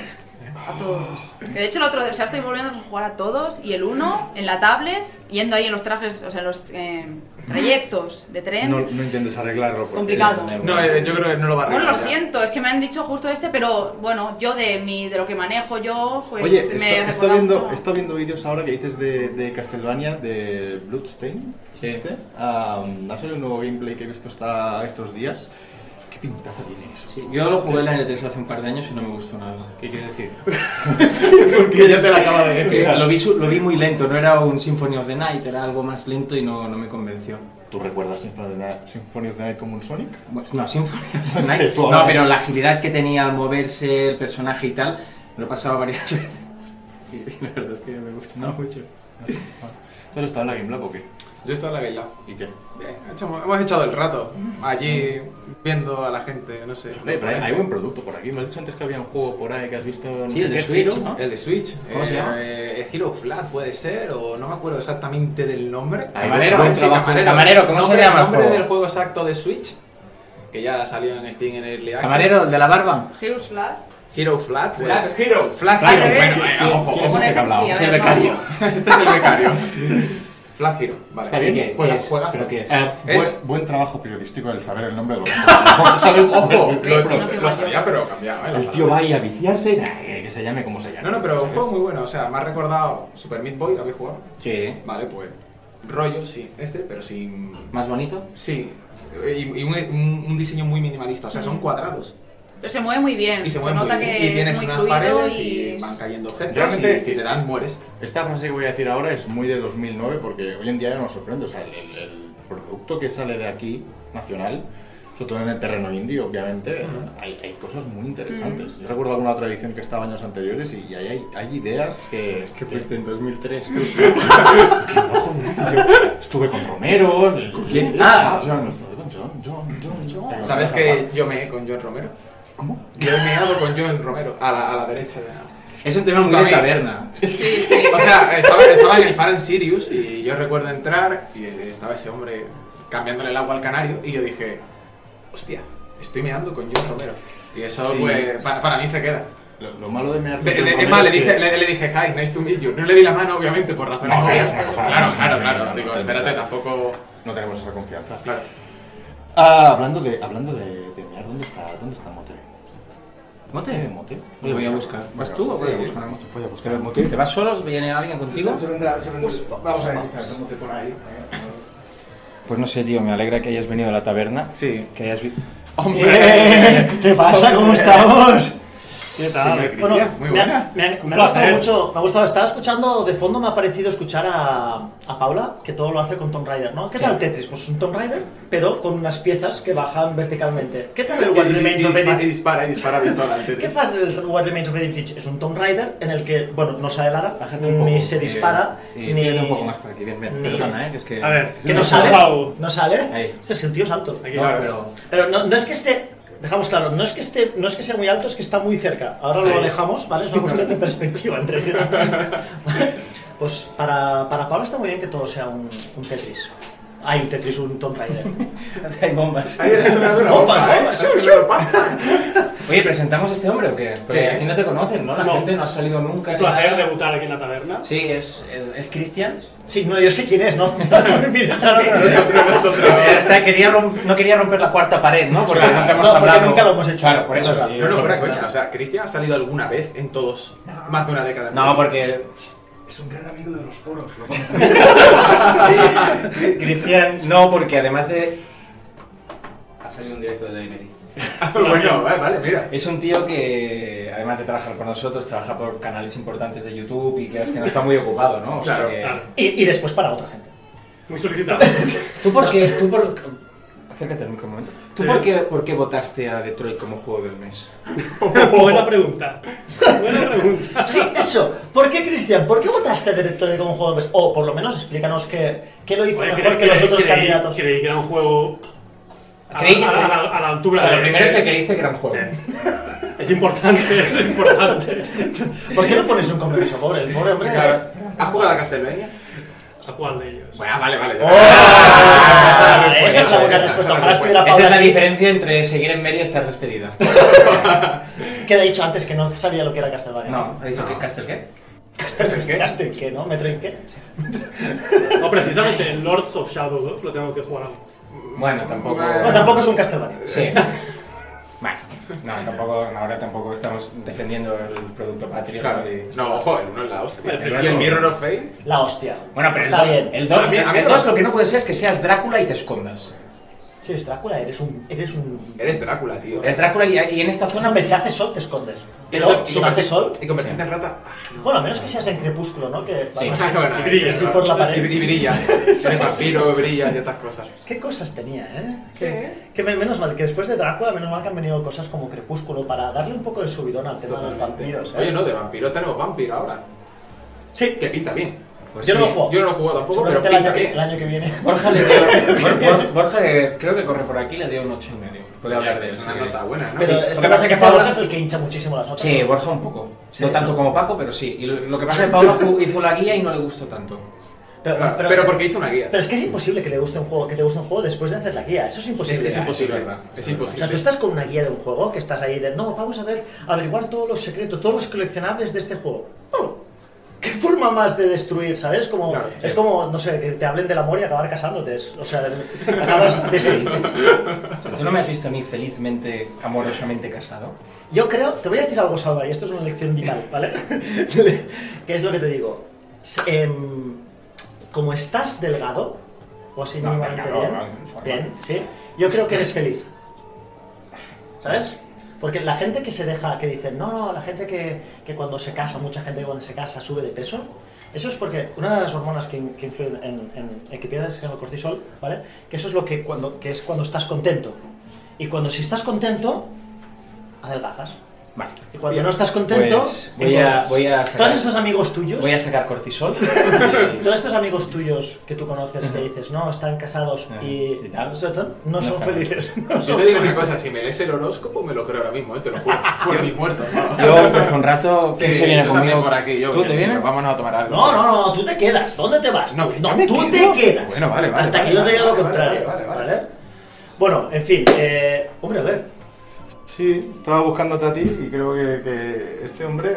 S5: A todos. Que de hecho, el otro, o sea, estoy volviendo a jugar a todos y el uno en la tablet, yendo ahí en los trajes, o sea, en los eh, trayectos de tren.
S3: No, no intentes arreglarlo. porque-
S5: Complicado.
S6: No, eh, yo creo que no lo va a
S5: Bueno, lo
S6: arreglar ya.
S5: siento, es que me han dicho justo este, pero bueno, yo de mi, de lo que manejo yo, pues
S3: Oye,
S5: me he
S3: está, está
S5: recordado
S3: viendo,
S5: mucho.
S3: está viendo vídeos ahora que dices de, de Castlevania, de Bloodstain.
S4: Sí.
S3: ¿Este? Ah, ha salido un nuevo gameplay que he visto esta- estos días. ¿Qué pintaza tiene eso?
S4: Sí, yo lo jugué en la N3 hace un par de años y no me gustó nada.
S3: ¿Qué quiere [LAUGHS] decir?
S6: Porque ya te la acaba de decir.
S4: Lo vi, su- lo vi muy lento, no era un Symphony of the Night, era algo más lento y no, no me convenció.
S3: ¿Tú recuerdas Symphony of the Night- Symphony of the Night como un Sonic?
S4: Bueno, no, Symphony of
S3: [LAUGHS]
S4: the
S3: Es que
S4: Night.
S3: tú
S4: No,
S3: ahora-
S4: pero la agilidad que tenía al moverse el personaje y tal, lo he pasado varias [LAUGHS] veces. Y la verdad es que me gustaba mucho.
S3: ¿Tú has estado en la Game Lab o qué?
S6: Yo estaba en la baila.
S3: ¿Y qué?
S6: Bien, echamos- hemos echado el rato allí viendo a la gente, no sé.
S3: Hombre, pero hay- hay buen producto por aquí. Me has dicho antes que había un juego por ahí que has visto. no
S4: Sí,
S3: sé
S4: el de
S3: qué,
S4: Switch,
S3: ¿no?
S4: ¿no?
S6: El de Switch,
S4: ¿Cómo
S6: eh,
S4: se llama?
S6: eh, Hero Flash puede ser, o no me acuerdo exactamente del nombre.
S3: Ahí, buen
S6: sí,
S3: trabajo.
S4: Camarero, ¿cómo se
S6: Nombre-
S4: llama el
S6: nombre
S4: juego?
S6: del juego exacto de Switch? que ya salió en Steam en Early Access.
S4: Camarero, el de la barba. Pues,
S5: Heroes Flat.
S6: Hero Flat.
S3: Pues,
S6: puede ser.
S1: Hero.
S6: Flat
S5: Al
S6: Hero.
S5: revés.
S6: Bueno, eh, ojo,
S5: ¿Quién
S6: ojo.
S5: es
S4: que
S5: este?
S4: te hablaba?
S5: Sí, a
S4: Es el
S5: ver,
S4: becario.
S6: Este es el becario. Flat Hero. Vale.
S3: Está bien.
S4: ¿Qué?
S6: Juega,
S4: ¿Qué es?
S6: juega.
S4: ¿Pero qué es?
S3: Eh, buen-
S6: Es-
S3: buen, trabajo periodístico el saber el nombre de los Ojo, [LAUGHS]
S6: Ojo,
S5: ¿Ves?
S6: lo,
S5: No
S6: lo-
S5: te
S6: lo
S5: vayas.
S6: sabía, pero cambiaba. ¿eh? Lo
S3: El tío
S6: sabía.
S3: va ahí a viciarse y nah, que se llame como se llame.
S6: No, no, pero un juego muy bueno. O sea, me ha recordado Super Meat Boy, ¿lo habéis jugado?
S4: Sí.
S6: Vale, pues. Rollo, sí, este, pero sin.
S4: ¿Más bonito?
S6: Sí. Y, y un, un- un diseño muy minimalista. O sea, son cuadrados.
S5: Pero se mueve muy bien.
S6: Y se
S5: se
S6: mueven
S5: nota
S6: muy bien.
S5: que
S6: Y tienes
S5: es muy
S6: unas
S5: fluido
S6: paredes
S5: y,
S6: y
S5: es-
S6: van cayendo objetos.
S3: Realmente-
S6: y si te dan, mueres.
S3: Esta frase que voy a decir ahora es muy de 2009 porque hoy en día ya nos sorprende. O sea, el, el- el producto que sale de aquí, nacional, sobre todo en el terreno indio, obviamente, hay, hay cosas muy interesantes. Yo recuerdo alguna otra edición que estaba años anteriores y, y ahí hay, hay ideas que... que [LAUGHS]
S4: Este
S3: fuiste en 2003. [LAUGHS] estuve con Romero. ¿Con
S4: quién?
S3: Ah, John, estuve con John, John, John, John.
S6: ¿Sabes que yo me he con John Romero?
S3: ¿Cómo?
S6: Yo me he dado con John Romero, a la, a la derecha de la-
S4: Es un tema muy
S6: Puta
S4: de
S6: mía.
S4: taberna.
S5: Sí, sí.
S6: O sea, estaba, estaba en el Fan Sirius y yo recuerdo entrar y estaba ese hombre cambiándole el agua al canario y yo dije, hostias, estoy meando con John Romero. Y eso
S3: Sí.
S6: pues, pa- para mí se queda.
S3: Lo, lo malo de mear con
S6: De- de-
S3: John
S6: es
S3: Romero
S6: más, le
S3: es que-
S6: dije, le, le dije, hi, nice to meet you. No le di la mano, obviamente, por razones
S3: No,
S6: obvias.
S5: es una cosa-
S6: Claro, claro,
S3: no, no,
S6: claro.
S3: no,
S6: Digo,
S3: no,
S6: espérate,
S3: no.
S6: tampoco...
S3: No tenemos esa confianza.
S6: Claro.
S3: Ah, hablando de, hablando de, de mear, ¿dónde está, dónde está Mote? ¿Tiene
S4: ¿Mote?
S3: Mote?
S4: Lo voy a buscar. ¿Vas tú o voy a buscar?
S3: Voy a buscar el
S4: ¿Pero el
S3: Mote.
S4: mote? ¿Te vas solo? ¿Viene alguien contigo?
S2: Pues,
S6: Vamos a ver si está Mote por ahí.
S4: Pues no sé, tío, me alegra que hayas venido a la taberna.
S6: Sí.
S4: Que hayas visto.
S2: ¡Eh! [LAUGHS] ¿Qué pasa? ¿Cómo estamos? ¿Qué tal?
S6: Sí,
S2: Bueno,
S6: Cristian, muy
S2: me ha-
S6: buena.
S2: me ha, me ha
S8: Placer.
S2: gustado mucho, me ha gustado. Estaba escuchando, de fondo me ha parecido escuchar a, a Paula, que todo lo hace con Tomb Raider, ¿no? ¿Qué
S4: Sí.
S2: tal Tetris? Pues un Tomb Raider, pero con unas piezas que bajan verticalmente. ¿Qué tal el
S6: Y-
S2: What
S6: y-
S2: Remains
S6: y
S2: of
S6: dispara- Y
S2: Edith
S6: dispara, y dispara pistola.
S2: ¿Qué
S6: ¿entiendes?
S2: tal el What Remains of Edith Finch? Es un Tomb Raider en el que, bueno, no sale Lara,
S4: Bájate un poco.
S2: ni se dispara,
S4: eh, eh,
S2: ni...
S4: tírate un poco más para aquí. Ven, ven.
S2: ni-
S4: Perdona, eh, que es que.
S8: A ver,
S2: ¿Que
S8: Sí,
S2: no
S8: me
S2: sale?
S8: he bajado.
S2: ¿No sale?
S4: Ahí.
S2: Es que el tío es alto. Aquí.
S4: No,
S2: Claro.
S4: pero-
S2: Pero no, no es que esté. Dejamos claro, no es que esté, no es que sea muy alto, es que está muy cerca. Ahora
S4: Sí.
S2: lo alejamos, ¿vale? Es una cuestión de perspectiva en realidad. pues para, para Paula está muy bien que todo sea un, un Tetris. Hay un Tetris, un Tomb Raider. [LAUGHS]
S4: Hay bombas.
S6: Ahí está sonando una
S2: Opa,
S6: bomba,
S2: opa,
S6: ¿eh?
S2: Ah, sí,
S6: Ha sonado una bomba.
S4: Oye, ¿presentamos a este hombre o qué? Porque
S6: Sí.
S4: a ti no te conocen, ¿no? La
S8: No.
S4: gente no ha salido nunca.
S8: Un
S4: ni
S8: placer
S4: nada.
S8: debutar aquí en la taberna.
S4: Sí, es, eh, es Cristian.
S2: Sí, no, yo sé quién es, ¿no? Me miras a mí.
S4: Es que hasta quería romp- no quería romper la cuarta pared, ¿no? Porque
S2: Claro.
S4: nunca hemos
S2: No, porque
S4: hablado.
S2: nunca lo hemos hecho.
S4: Claro, por eso.
S2: ¿eh?
S6: No, no, fuera coña. O sea, Cristian ha salido alguna vez en todos. Más de una década.
S4: No, porque
S6: [LAUGHS]
S9: Es un gran amigo de los foros. lo conozco.
S4: [LAUGHS] Cristian, no, porque además de
S1: Ha salido un directo de Daimeri.
S6: Ah, bueno, vale, vale, mira.
S4: Es un tío que, además de trabajar por nosotros, trabaja por canales importantes de YouTube y que es que no está muy ocupado, ¿no? O sea
S6: Claro,
S4: que-
S8: Claro.
S2: Y, y después para otra gente.
S8: Muy solicitado. [LAUGHS]
S4: ¿Tú por qué? Tú por... Acércate al micro un momento. ¿Tú
S8: Sí.
S4: por, qué, por qué votaste a Detroit como juego del mes?
S8: [LAUGHS] Buena pregunta. Buena pregunta.
S2: Sí, eso. ¿Por qué, Cristian? ¿Por qué votaste director como juego? Pues, o por lo menos explícanos qué, qué lo hizo
S8: Oye,
S2: mejor
S8: cre-
S2: que los
S8: creí-
S2: otros
S8: creí-
S2: candidatos.
S8: Creí que era un juego. A,
S4: Creí que-
S8: a la- a la- a la
S4: O
S8: altura
S4: sea,
S8: de-
S4: lo primero es que creíste que era un juego.
S8: Es importante, [LAUGHS] es importante.
S2: ¿Por qué no pones un compromiso, pobre? El pobre hombre. ¿eh?
S6: Claro. ¿Has jugado a Castlevania?
S8: ¿A cuál de ellos?
S6: Bueno, vale, vale.
S2: ¡Oh!
S6: Ah,
S2: Esa es la buena
S6: esa,
S2: respuesta.
S6: esa,
S2: Ojalá
S6: esa,
S2: estuviera
S4: Esa
S2: Paula
S4: es la
S2: aquí,
S4: diferencia entre seguir en media y estar despedida.
S2: que he dicho antes que no sabía lo que era Castlevania.
S4: No, ¿has dicho que Castel qué?
S6: ¿Qué?
S2: Castel, ¿qué, no? ¿Metroid qué?
S8: No, precisamente el Lords of Shadow 2 lo tengo que jugar aún.
S4: Bueno, tampoco...
S2: No, tampoco es un Castlevania.
S4: Sí. Bueno, no, tampoco, ahora tampoco estamos defendiendo el producto patrio.
S6: Claro.
S4: y-
S6: No, ojo, el uno es la hostia.
S8: El
S6: ¿Y el
S4: primero.
S6: Mirror of Fate?
S2: La hostia.
S4: Bueno, pero
S2: Está
S4: el,
S2: bien.
S4: el 2,
S6: A mí- a mí
S4: el
S6: no.
S4: dos lo que no puede ser es que seas Drácula y te escondas.
S2: Si eres Drácula, eres un... Eres un...
S6: Eres Drácula, tío.
S4: Es Drácula y, y en esta zona pues
S2: Una vez
S4: me
S2: se hace sol, te escondes.
S6: Pero-
S2: Pero si no hace sol...
S6: Y convertirte en rata.
S2: Bueno, a menos que seas en crepúsculo, ¿no? Que
S4: Sí.
S2: vamos,
S6: Ah, [LAUGHS] bueno,
S8: Y brilla,
S6: eh,
S2: así por la
S6: Y,
S2: pared.
S6: y brilla.
S2: [LAUGHS]
S6: Eres vampiro, brilla y estas cosas.
S2: ¿Qué cosas tenía, eh? Que, que me- menos mal, que después de Drácula, menos mal que han venido cosas como Crepúsculo para darle un poco de subidón al tema de los vampiros. ¿eh?
S6: Oye, no, de vampiro tenemos vampiro ahora.
S2: Sí,
S6: Que pinta bien.
S4: Pues
S2: yo no
S4: sí.
S2: lo juego.
S6: Yo no lo he jugado tampoco, pero
S2: Seguramente el
S6: pinta
S2: año, que- el año
S6: bien.
S2: que viene.
S4: Borja, le dio, Bor- Bor- Borja le- creo que corre por aquí, le dio un 8 y medio. Puede hablar de
S6: Es
S4: eso.
S6: una
S4: si
S6: nota buena,
S2: [LAUGHS]
S6: ¿no?
S2: Pero
S4: Sí.
S2: este
S4: Lo que pasa es que
S2: este
S4: Paula-
S2: Borja es el que hincha muchísimo las notas.
S4: Sí,
S2: ¿no?
S4: Borja un poco.
S2: Sí.
S4: No tanto como Paco, pero sí. Y lo, lo que pasa es que Paula ju- hizo la guía y no le gustó tanto.
S2: Pero,
S6: Claro,
S2: pero-
S6: Ah, pero porque hizo una guía.
S2: pero es que es imposible que le guste un juego, que te guste un juego después de hacer la guía. Eso es imposible.
S6: Es, es imposible, ¿verdad?
S2: pues O
S6: Es
S2: sea, tú
S6: imposible.
S2: estás con una guía de un juego que estás ahí de no, vamos a ver, averiguar todos los secretos, todos los coleccionables de este juego. Oh, ¿Qué forma más de destruir, sabes? Como,
S6: Claro,
S2: es
S6: sí.
S2: como, no sé, que te hablen del amor y acabar casándote. es- O sea, [LAUGHS] acabas destruyendo.
S4: ¿Tú no me has visto a mí felizmente, amorosamente casado?
S2: Yo creo, te voy a decir algo, Salva, y esto es una lección vital, ¿vale? [LAUGHS] que es lo que te digo. S- em, como estás delgado, o así
S3: No,
S2: mínimamente
S3: delgado,
S2: bien,
S3: no, formal.
S2: bien, ¿sí? Yo creo que eres feliz. ¿Sabes? Porque la gente que se deja, que dice, no, no, la gente que, que cuando se casa, mucha gente que cuando se casa sube de peso, eso es porque una de las hormonas que, in- que influyen en, en, en que pierdas es el cortisol, ¿vale? Que eso es lo que, cuando, que es cuando estás contento. Y cuando si estás contento, adelgazas.
S4: Vale.
S2: Y cuando no estás contento,
S4: Pues voy a- voy a sacar-
S2: todos estos amigos tuyos,
S4: Voy a sacar [LAUGHS] cortisol.
S2: [LAUGHS] todos estos amigos tuyos que tú conoces que dices, no, están casados
S4: Ajá.
S2: y,
S4: ¿Y tal?
S2: sobre todo, no,
S4: No
S2: son
S4: están.
S2: felices. [LAUGHS] No
S6: Yo
S2: son
S6: te digo una
S2: felices.
S6: cosa, si me lees el horóscopo me lo creo ahora mismo, ¿eh? te lo juro. Por mis muertos.
S4: Yo, pues un rato, ¿quién se viene conmigo?
S6: por aquí, yo
S4: ¿Tú te vienes?
S6: Vámonos a tomar algo.
S2: No, no, no, tú te quedas. ¿Dónde te vas?
S6: No, que yo me
S2: tú
S6: quedo.
S2: te quedas.
S6: Bueno, vale, vale,
S2: Hasta
S6: vale,
S2: que yo te
S6: vale,
S2: diga lo
S6: vale,
S2: contrario.
S6: vale, vale,
S2: ¿vale? Bueno, en fin. eh, hombre, a ver.
S3: Sí, estaba buscándote a ti y creo que, que este hombre.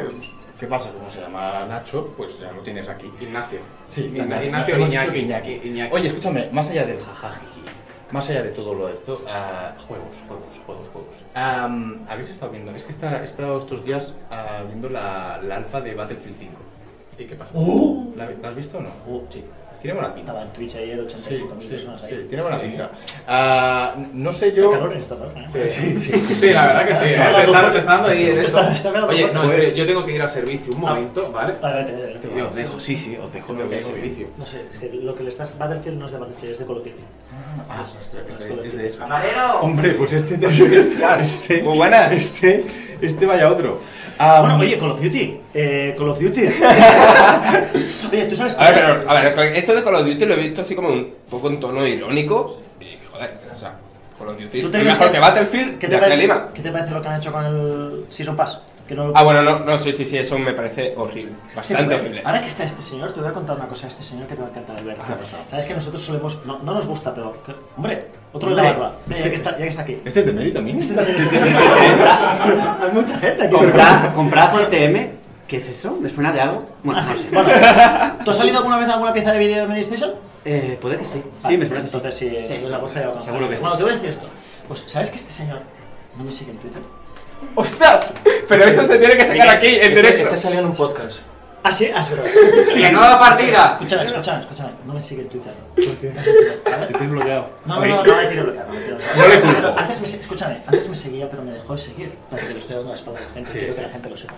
S3: ¿Qué pasa? ¿Cómo se llama Nacho? Pues ya lo tienes aquí.
S6: Ignacio.
S3: Sí,
S6: Igna-
S3: Ignacio.
S6: Ignacio
S3: Hemos
S6: Iñaki.
S3: dicho que
S6: I- Iñaki.
S3: Oye, escúchame, más allá del jajajiji, más allá de todo lo de esto, ah, juegos, juegos, juegos, juegos. Am, ¿Habéis estado viendo? Es que está- he estado estos días ah, viendo la, la alfa de Battlefield 5.
S6: ¿Y qué pasa?
S2: Uh,
S3: ¿La, la has visto o no?
S2: Uh.
S3: sí. Tiene buena pinta.
S2: estaba en Twitch ayer 85.000
S3: Sí, sí,
S2: personas ahí.
S3: sí, tiene buena
S6: Sí.
S3: pinta. Ah, no sé
S2: Hace
S3: yo...
S2: calor en esta zona, ¿eh?
S6: Sí, sí, [LAUGHS] sí, la verdad que sí.
S2: Está
S6: eh,
S2: hablando
S6: Está
S2: fuerte.
S6: empezando ahí en esto.
S2: Está- está hablando
S6: Oye,
S2: fuerte.
S6: no, en serio, yo tengo que ir a servicio un
S2: pues. Ah.
S6: momento, ¿vale?
S2: Vale, vete, vete, vete.
S6: Yo os dejo, sí, sí, os dejo, me voy a servicio.
S2: No sé, es que lo que le estás. Battlefield no es de Battlefield, es de Call of Duty.
S3: Ah, ostras, es de- es
S2: ¿eh?
S3: de eso.
S4: ¡Camarero!
S3: Hombre, pues este... este
S4: Muy buenas.
S3: Este, este vaya otro. Ah,
S2: Bueno, oye, Call of Duty. Eh, Call of
S10: [LAUGHS]
S2: Duty. oye, tú sabes.
S10: A ver, pero, a ver, esto de Call of Duty lo he visto así como un poco en tono irónico. Y, joder, o sea, Call of Duty
S2: ¿Tú
S10: es
S2: te
S10: mejor
S2: crees
S10: que Battlefield, que
S2: ¿Qué te,
S10: de
S2: parece,
S10: Lima.
S2: ¿Qué te parece lo que han hecho con el Season Pass? Que no lo-
S10: Ah, bueno, no, no, sí, sí, sí, eso me parece horrible.
S2: Sí,
S10: Bastante
S2: pero
S10: horrible.
S2: Ahora que está este señor, te voy a contar una cosa a este señor que te va a encantar, Alberto.
S10: Ah, por favor.
S2: Sabes que nosotros solemos. No, no nos gusta, pero. que- hombre, otro de la
S3: Hombre.
S2: barba. Mira, ya, que está, ya que está aquí.
S3: ¿Este es de Mary también?
S2: Hay mucha gente aquí.
S7: Comprad, comprad GTM. ¿Qué es eso? ¿Me suena de algo? Bueno,
S2: Ah,
S7: no
S2: sí.
S7: sé.
S2: Bueno,
S10: [LAUGHS]
S2: ¿Tú has salido alguna vez a alguna pieza de vídeo de Mary Station?
S7: Eh, puede que sí. Sí, me suena que sí.
S2: Entonces sí,
S7: Sí,
S2: entonces la Borja ya lo conoce.
S7: seguro que sí.
S2: Bueno, te voy a decir esto. Pues, ¿sabes que este señor no me sigue en Twitter?
S10: ¡Ostras! Pero eso se tiene que sacar aquí, en
S4: Este,
S10: directo.
S4: este salió en un podcast.
S2: Ah, sí, ah, es verdad.
S7: ¡Que no la partida!
S2: Escúchame, escúchame, escúchame. No me sigue en Twitter.
S3: Este es bloqueado.
S2: No, no, no, no, hay que bloquear, no hay que bloquear.
S3: No le culpo.
S2: Antes me, se- escúchame, antes me seguía, pero me dejó de seguir. Porque le estoy dando la espalda a la gente, quiero que la gente lo sepa.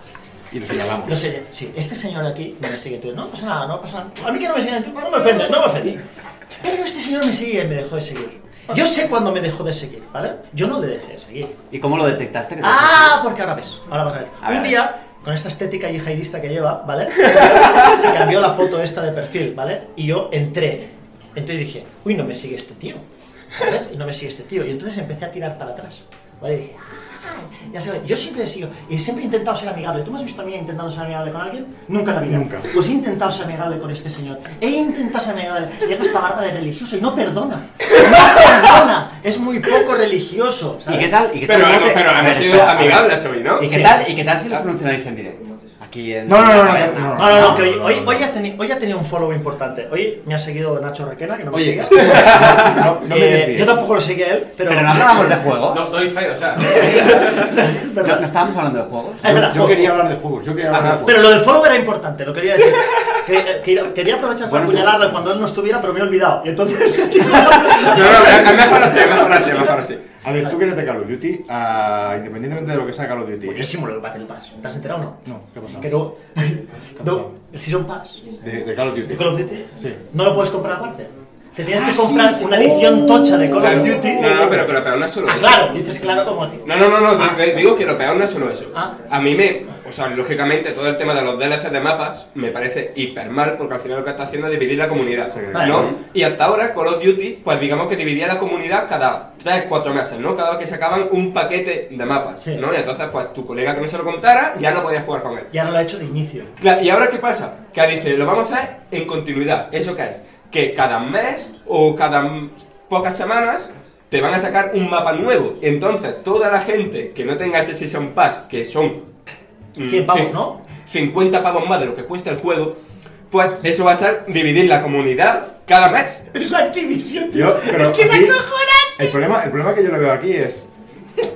S3: Y lo
S2: [LAUGHS]
S3: señalamos.
S2: No sé, sí, este señor aquí no me sigue en Twitter. No pasa nada, no pasa nada. A mí que no me sigue en Twitter, no me ofende, no me ofende. Pero este señor me sigue y me dejó de seguir. Yo sé cuándo me dejó de seguir, ¿vale? Yo no le dejé de seguir.
S7: ¿Y cómo lo detectaste? que te-
S2: Ah, porque ahora ves. Ahora vas a ver.
S7: A ver.
S2: Un día, con esta estética yihadista que lleva,
S7: [LAUGHS]
S2: ¿vale? Se cambió la foto esta de perfil, ¿vale? Y yo entré. Entonces dije, uy, no me sigue este tío. ¿Sabes? Y no me sigue este tío. Y entonces empecé a tirar para atrás. ¿Vale? Y dije, "Ah, ya sabes, yo siempre he sido, y siempre he intentado ser amigable. ¿Tú me has visto a mí intentando ser amigable con alguien? Nunca en la vida.
S3: Nunca.
S2: Pues he intentado ser amigable con este señor. He intentado ser amigable. Llega esta barba de religioso y no perdona. No perdona. Es muy poco religioso.
S7: ¿Y
S2: ¿sabes?
S7: qué tal? ¿Y qué tal?
S10: Pero,
S7: ¿Cómo te-
S10: pero
S7: A
S10: hemos
S7: ver,
S10: sido
S7: espera, a ver.
S10: amigables hoy, ¿no?
S7: ¿Y qué
S2: Sí.
S7: tal? ¿Y qué tal si lo pronunciáis en directo? Aquí en.
S3: No, no, no, no, no, no,
S2: No, no, no, que hoy, hoy, hoy, ha teni- hoy ha tenido un follow importante. Hoy me ha seguido Nacho Requena, que no me
S3: Oye,
S2: sigue.
S7: [LAUGHS]
S3: no, no me
S2: Eh,
S3: desvíes.
S2: yo tampoco lo seguía a él, pero... [LAUGHS]
S7: Pero [LAUGHS] no hablábamos de juegos.
S6: No, doy fe, o sea,
S7: No, no estábamos hablando de juegos.
S2: Es verdad,
S3: Yo quería hablar de juegos, yo quería hablar de juegos.
S2: Pero lo del follow era importante, lo quería decir. Que- que- quería aprovechar para
S7: Bueno,
S2: apuñalarlo cuando él no estuviera, pero me he olvidado. Y
S8: [LAUGHS]
S2: entonces... [LAUGHS]
S10: No, no, mejor así, mejor así, mejor así.
S3: A ver, tú que eres de Call of Duty, ah, independientemente de lo que sea Call of Duty.
S2: Buenísimo lo del Battle Pass. ¿Te has enterado o no?
S3: No, ¿qué ha pasado?
S2: Que
S8: [LAUGHS]
S2: no... No, el Season Pass.
S3: De, de Call of Duty.
S2: ¿De Call of Duty?
S3: Sí.
S2: ¿No lo puedes comprar aparte? Te tienes
S8: Ah,
S2: que comprar una edición tocha de Call of Duty.
S8: Oh. No, no, pero que lo peor no es solo
S2: Ah,
S8: eso.
S2: claro, dices claro como a ti. Ah,
S8: No, Ah, no, no, no, di- digo que lo peor no es solo eso. A mí me, o sea, lógicamente todo el tema de los DLCs de mapas me parece hiper mal porque al final lo que está haciendo es dividir la comunidad,
S2: Vale.
S8: ¿no? Y hasta ahora Call of Duty, pues digamos que dividía la comunidad cada 3, 4 meses, ¿no? Cada vez que sacaban un paquete de mapas, ¿no? Y entonces, pues tu colega que no se lo contara ya no podía jugar con él.
S2: Y ahora lo ha hecho de inicio.
S8: Claro, ¿y ahora qué pasa? Que dice, lo vamos a hacer en continuidad. ¿Eso qué es? Que cada mes o cada m- pocas semanas te van a sacar un mapa nuevo. Entonces, toda la gente que no tenga ese Season Pass, que son... mm,
S2: 100 pavos,
S8: cin-
S2: ¿no?
S8: 50 pavos más de lo que cuesta el juego, pues eso va a ser dividir la comunidad cada mes.
S2: Es Activision,
S3: Yo, pero aquí,
S11: acojonan!
S3: el, problema, el problema que yo le veo aquí es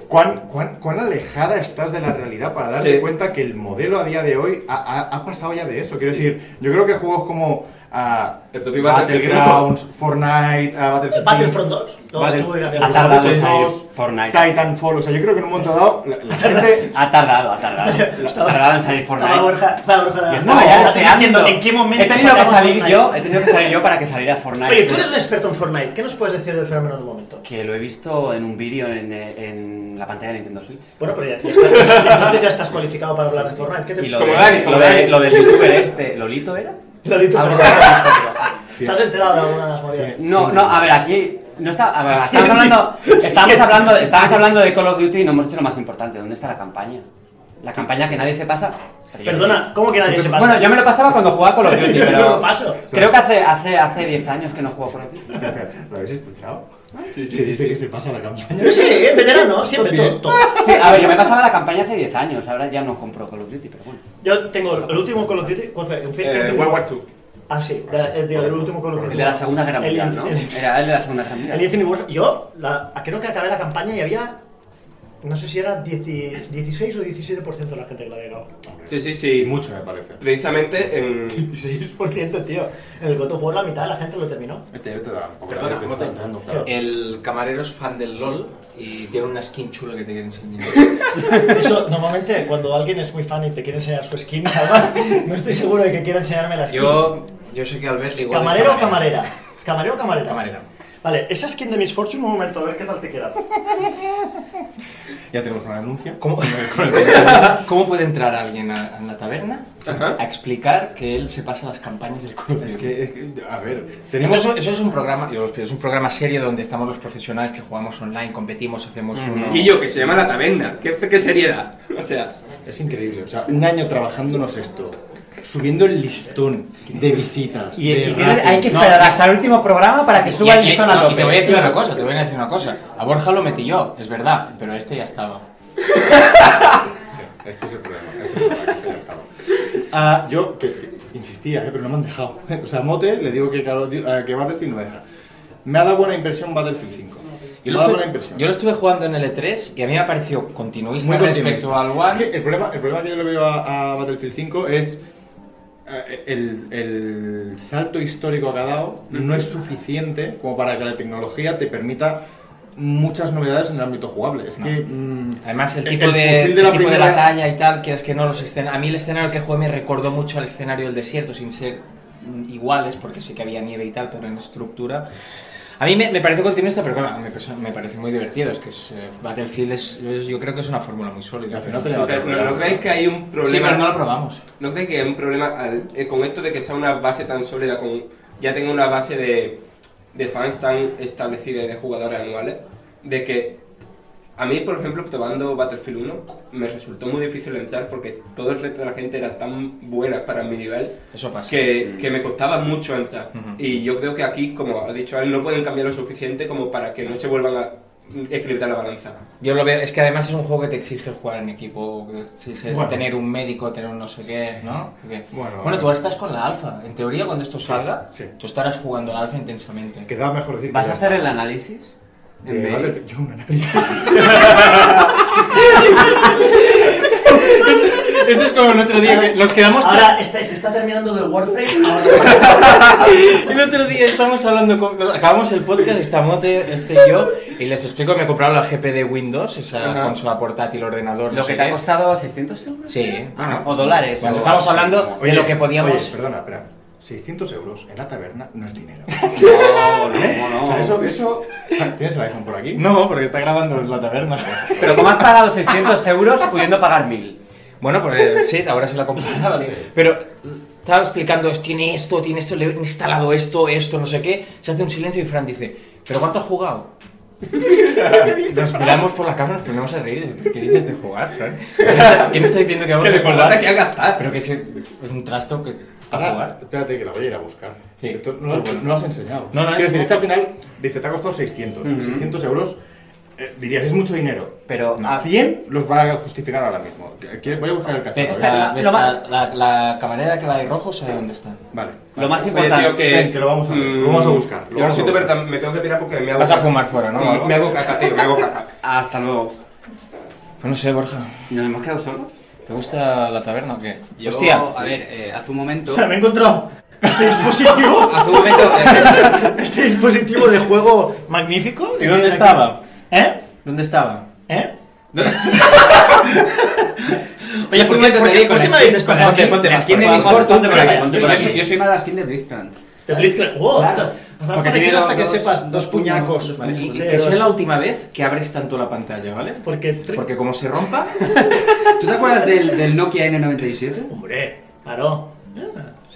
S3: cuán, cuán, cuán alejada estás de la realidad para darte
S8: Sí.
S3: cuenta que el modelo a día de hoy ha, ha- ha pasado ya de eso. Quiero decir, yo creo que juegos como ah,
S8: El propio Battlefield.
S3: Battlegrounds, Fortnite, ah, Battlefield,
S2: Battlefront 2. No,
S3: Battle-
S2: tuve que
S3: Ha
S2: cambiar.
S3: tardado
S7: en salir
S3: dos,
S7: Fortnite.
S3: Titanfall, o sea, yo creo que en un momento dado la, la gente...
S8: [LAUGHS]
S7: Ha tardado, ha tardado. Ha tardado en salir
S2: Estaba
S7: Fortnite.
S2: Borja, estaba Borja.
S7: Y estaba ya
S2: estoy diciendo
S7: deseando.
S2: en qué momento.
S7: He tenido que
S2: sacamos
S7: salir
S2: Fortnite.
S7: yo, he tenido que salir yo para que saliera Fortnite.
S2: Oye, tú eres un experto en Fortnite. ¿Qué nos puedes decir del fenómeno de momento?
S7: Que lo he visto en un vídeo en, eh, en la pantalla de Nintendo Switch.
S2: Bueno, pero ya, ya está. Entonces ya estás cualificado para hablar de Fortnite. ¿Qué te
S7: Y lo,
S8: Como
S7: de-
S8: Dani, como
S7: lo, de-
S8: Dani.
S7: lo del youtuber este, ¿Lolito era?
S2: Lolito,
S7: Algo
S2: pero-
S7: de-
S2: ¿Estás enterado de alguna de las movidas?
S7: No, no, a ver, aquí no está, a ver, estamos hablando, estamos hablando, estamos hablando de Call of Duty y no hemos dicho lo más importante, ¿dónde está la campaña? La campaña que nadie se pasa. pero yo
S2: Perdona, ¿cómo que nadie se
S7: sí.
S2: pasa?
S7: Bueno, yo me lo pasaba cuando jugaba
S2: [LAUGHS]
S7: Call of Duty,
S2: Yo
S7: pero
S2: no lo paso.
S7: creo que hace hace hace 10 años que no juego Call of Duty.
S3: ¿Lo habéis escuchado?
S8: Sí,
S3: Que dice que se pasa la campaña.
S2: Yo sí, en veterano, siempre, todo, todo.
S7: Sí, a ver, yo me pasaba la campaña hace 10 años, ahora ya no compro Call of Duty, pero bueno.
S2: Yo tengo el último Call of Duty. ¿Cuál fue? ¿Un fin- el
S8: Eh,
S2: último-
S8: World War II.
S2: Ah, sí, la- el, el último Call of Duty.
S7: El de la Segunda Guerra
S2: El
S7: Mundial,
S2: inf-
S7: ¿no?
S2: el-
S7: Era el de la Segunda Guerra
S2: El
S7: Mundial.
S2: Infinity War. Yo la, creo que acabé la campaña y había. No sé si era 10 16 o 17% de la gente que la había acabado.
S8: Sí, sí, sí.
S3: Mucho me parece.
S8: Precisamente en...
S2: 16%, tío. En el voto por la mitad la gente lo terminó.
S3: Vete, vete, da un poco de
S4: Perdona,
S3: vergüenza,
S4: ¿cómo te-
S3: entrando, claro.
S4: El camarero es fan del LOL y tiene una skin chula que te quiere enseñar. [LAUGHS]
S2: Eso, normalmente, cuando alguien es muy fan y te quiere enseñar su skin, Salva, no estoy seguro de que quiera enseñarme la skin.
S4: Yo, yo sé que Albert le igual
S2: ¿Camarero o camarera? ¿Camarero o camarera?
S4: Camarera.
S2: Vale, esa skin de Miss Fortune, un momento, a ver qué tal te queda.
S3: Ya tenemos una denuncia.
S4: ¿Cómo,
S8: [LAUGHS]
S4: [LAUGHS] ¿Cómo puede entrar alguien a, a la taberna a explicar que él se pasa las campañas del Call of
S3: Es
S4: Duty?
S3: que, es que, a ver,
S4: Eso
S3: tenemos...
S4: es, eso es un programa, yo os pido, es un programa serio donde estamos los profesionales que jugamos online, competimos, hacemos un...
S8: Guillo, que se llama La Taberna. ¿Qué, qué seriedad? O sea...
S3: Es increíble, o sea, un año trabajándonos esto, subiendo el listón de visitas,
S7: Y,
S3: de
S7: y tienes-
S3: rating.
S7: hay que
S4: No,
S7: esperar
S4: y-
S7: hasta el último programa para que
S4: Y-
S7: suba el
S4: y-
S7: listón
S4: no,
S7: a
S4: y te voy a
S7: tope.
S4: decir una cosa, te voy a decir una cosa. A Borja lo metí yo, es verdad, pero este ya estaba.
S3: Este es el problema. este es el problema, que ya estaba. Ah, yo que, que insistía, eh, pero no me han dejado. [LAUGHS] O sea, Mote le digo que, Call of Duty- eh, que Battlefield no deja. Me ha dado buena inversión Battlefield 5. me
S4: Yo lo,
S3: ha dado
S4: estuve,
S3: buena inversión.
S4: yo lo estuve jugando en el E3 y a mí me ha parecido continuista
S3: Muy continuo.
S4: Pues respecto al One.
S3: Es que el problema, el problema que yo le veo a, a Battlefield 5 es eh, el, el salto histórico que ha dado no es suficiente como para que la tecnología te permita muchas novedades en el ámbito jugable. Es que mm,
S4: Además, el
S3: El-
S4: tipo,
S3: el
S4: de,
S3: fusil de la
S4: el tipo de
S3: primera-
S4: batalla y tal, quieras que no, los escena- A mí el escenario que jugué me recordó mucho al escenario del desierto, sin ser mm, iguales, porque sí que había nieve y tal, pero en estructura. A mí me, me parece continuista, pero claro, me, parece- me parece muy divertido. Es que es, eh, Battlefield es, es- yo creo que es una fórmula muy sólida.
S3: al final te
S8: ¿No,
S3: llega a
S8: no- no creéis que hay un
S4: Sí,
S8: problema?
S4: pero no lo probamos.
S8: ¿No creéis que hay un problema al- eh, con esto de que sea una base tan sólida, con, ya tenga una base de, de fans tan establecida y de jugadores anuales? De que a mí, por ejemplo, tomando Battlefield 1, me resultó muy difícil entrar porque todo el resto de la gente era tan buena para mi nivel
S4: Eso pasa.
S8: que, que me costaba mucho entrar.
S4: Ujú.
S8: Y yo creo que aquí, como ha dicho él, no pueden cambiar lo suficiente como para que no se vuelvan a equilibrar la balanza.
S4: Yo lo veo, es que además es un juego que te exige jugar en equipo, que sí, sí,
S3: Bueno.
S4: tener un médico, tener un no sé qué, ¿no? Porque-
S3: Bueno,
S4: bueno, eh. tú ahora estás con la alfa. En teoría, cuando esto salga,
S3: sí.
S4: tú estarás jugando la alfa intensamente.
S3: queda mejor decir que
S7: ¿Vas a
S3: ya
S7: hacer el análisis?
S3: está.
S7: en
S3: De
S7: Bane?
S3: Battlefield- yo un análisis.
S4: Eso es como el otro [LAUGHS] día que nos quedamos
S2: Ahora está, se está terminando del Warframe. ahora-
S4: [LAUGHS] El otro día estamos hablando con. nos Acabamos el podcast, está Mote, este y yo, y les explico que me he comprado la GP de Windows, esa
S8: Ajá.
S4: consola portátil, ordenador. no
S7: Lo
S4: sé
S7: que te ha
S4: qué.
S7: costado 600 euros.
S4: Sí.
S7: O dólares.
S4: Cuando
S7: o-
S4: estamos hablando de
S3: Oye,
S4: lo que podíamos.
S3: oye, perdona, espera. 600 euros en la taberna no es dinero.
S6: No, no,
S7: [LAUGHS]
S6: no.
S3: O sea, eso, eso... o sea, ¿Tienes el iPhone por aquí? No, porque está grabando en la taberna.
S7: Pero como has pagado 600 euros pudiendo pagar 1000.
S4: Bueno, pues eh, sí, ahora se la comprará. vale. Pero estaba explicando, es, tiene esto, tiene esto, le he instalado esto, esto, no sé qué. Se hace un silencio y Fran dice, ¿pero cuánto has jugado? Nos miramos por la cámara, nos ponemos a reír. dice, ¿Qué dices de jugar, Fran? ¿Quién está diciendo que vamos
S6: Que
S4: a
S6: recordad
S4: jugar?
S6: que hay que gastar.
S4: Pero que es, es un trasto que...
S3: Ahora,
S4: ¿A jugar?
S3: espérate que la voy a ir a buscar.
S4: Sí.
S3: Entonces, no, no, lo has enseñado.
S4: No, no,
S3: Quiero decir,
S4: es como-
S3: es que al final, dice, te ha costado 600.
S4: Ujú.
S3: 600 euros, eh, dirías, es mucho dinero.
S7: Pero
S3: a 100 los va a justificar ahora mismo. ¿Quieres- Voy a buscar el cacharro.
S4: ¿Ves?
S3: a ver.
S4: La, ves la- la- la camarera que va de rojo sabe dónde está.
S3: Vale.
S7: Lo más
S6: Oye,
S7: importante.
S6: tío, que,
S3: Ven, que lo vamos a ver, lo
S6: Mm,
S3: vamos a buscar, lo
S6: yo
S3: vamos
S6: lo siento,
S3: a
S6: pero
S3: buscar.
S6: tam- me tengo que tirar porque me hago.
S4: Vas a
S6: caca.
S4: fumar fuera, ¿no?
S6: Me- Me hago caca, tío, me hago caca.
S7: Hasta luego.
S4: Pues no sé, Borja.
S7: ¿Nos hemos quedado solos?
S4: ¿Te gusta la taberna o qué?
S1: Yo,
S4: Hostia.
S1: a ver, eh, hace un
S2: [LAUGHS]
S1: momento.
S2: O sea, me he encontrado este dispositivo.
S1: Hace un momento. eh,
S2: Este dispositivo de juego magnífico.
S4: ¿Y dónde estaba?
S2: ¿Eh?
S4: ¿Dónde estaba?
S2: ¿Eh? [LAUGHS]
S1: Oye, ¿por qué,
S2: por qué- por qué me habéis despejado
S4: este,
S2: aquí?
S1: La skin de
S2: Ponte más,
S1: Discord,
S2: ponte
S1: ponte
S2: por
S1: por
S2: aquí,
S1: aquí,
S2: ponte
S1: eh, Yo
S2: por
S1: soy-
S2: aquí.
S1: Yo soy más la skin de Blitzcrank.
S2: Te Blitzcrank. ¡Wow!
S1: Claro.
S2: Habrá
S1: Porque
S2: parecido
S1: tiene
S2: hasta
S1: dos-
S2: que
S1: dos-
S2: sepas dos puñacos.
S4: Vale, y- y
S2: Sí,
S4: que
S2: dos.
S4: sea la última vez que abres tanto la pantalla, ¿vale?
S2: Porque. tri-
S4: Porque como se rompa,
S1: ¿Tú te acuerdas del, del Nokia N97?
S2: Hombre, claro.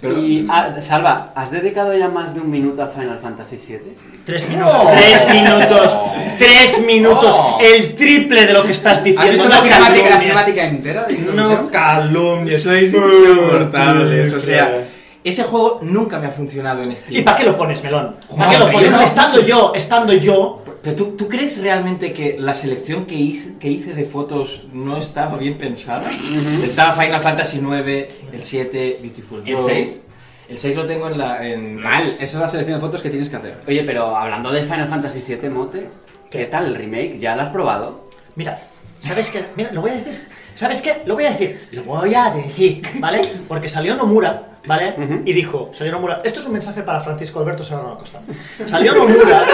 S7: y, ah, Salva, ¿has dedicado ya más de un minuto a Final Fantasy VII?
S2: Tres minutos. Tres minutos. Tres minutos.
S4: Oh.
S2: El triple de lo que estás
S1: ¿Has
S2: diciendo.
S1: visto la
S2: No
S1: cinemática, la
S2: calumnias.
S1: cinemática entera? de
S2: No
S1: introducción?
S2: calumnias.
S4: sois insoportables. O sea, ese juego nunca me ha funcionado en este-
S2: ¿Y
S4: Steam.
S2: para qué lo pones, Melón? ¿Para
S4: Juan,
S2: qué lo
S4: pero
S2: pones?
S4: yo no-
S2: Estando yo, estando yo.
S4: Pero tú, ¿tú crees realmente que la selección que hice, que hice de fotos no estaba bien pensada? estaba Final Fantasy 9, el 7, Beautiful
S7: ¿El
S4: Joe.
S7: seis?
S4: El 6 lo tengo en la. En...
S1: Mal, esa es la selección de fotos que tienes que hacer.
S7: Oye, pero hablando de Final Fantasy VII, Mote, ¿qué tal el remake? ¿Ya lo has probado?
S2: Mira, ¿sabes qué? Mira, lo voy a decir. ¿Sabes qué? Lo voy a decir. Lo voy a decir, ¿vale? Porque salió Nomura, ¿vale? Y dijo, salió Nomura. Esto es un mensaje para Francisco Alberto Serrano Acosta. Salió Nomura,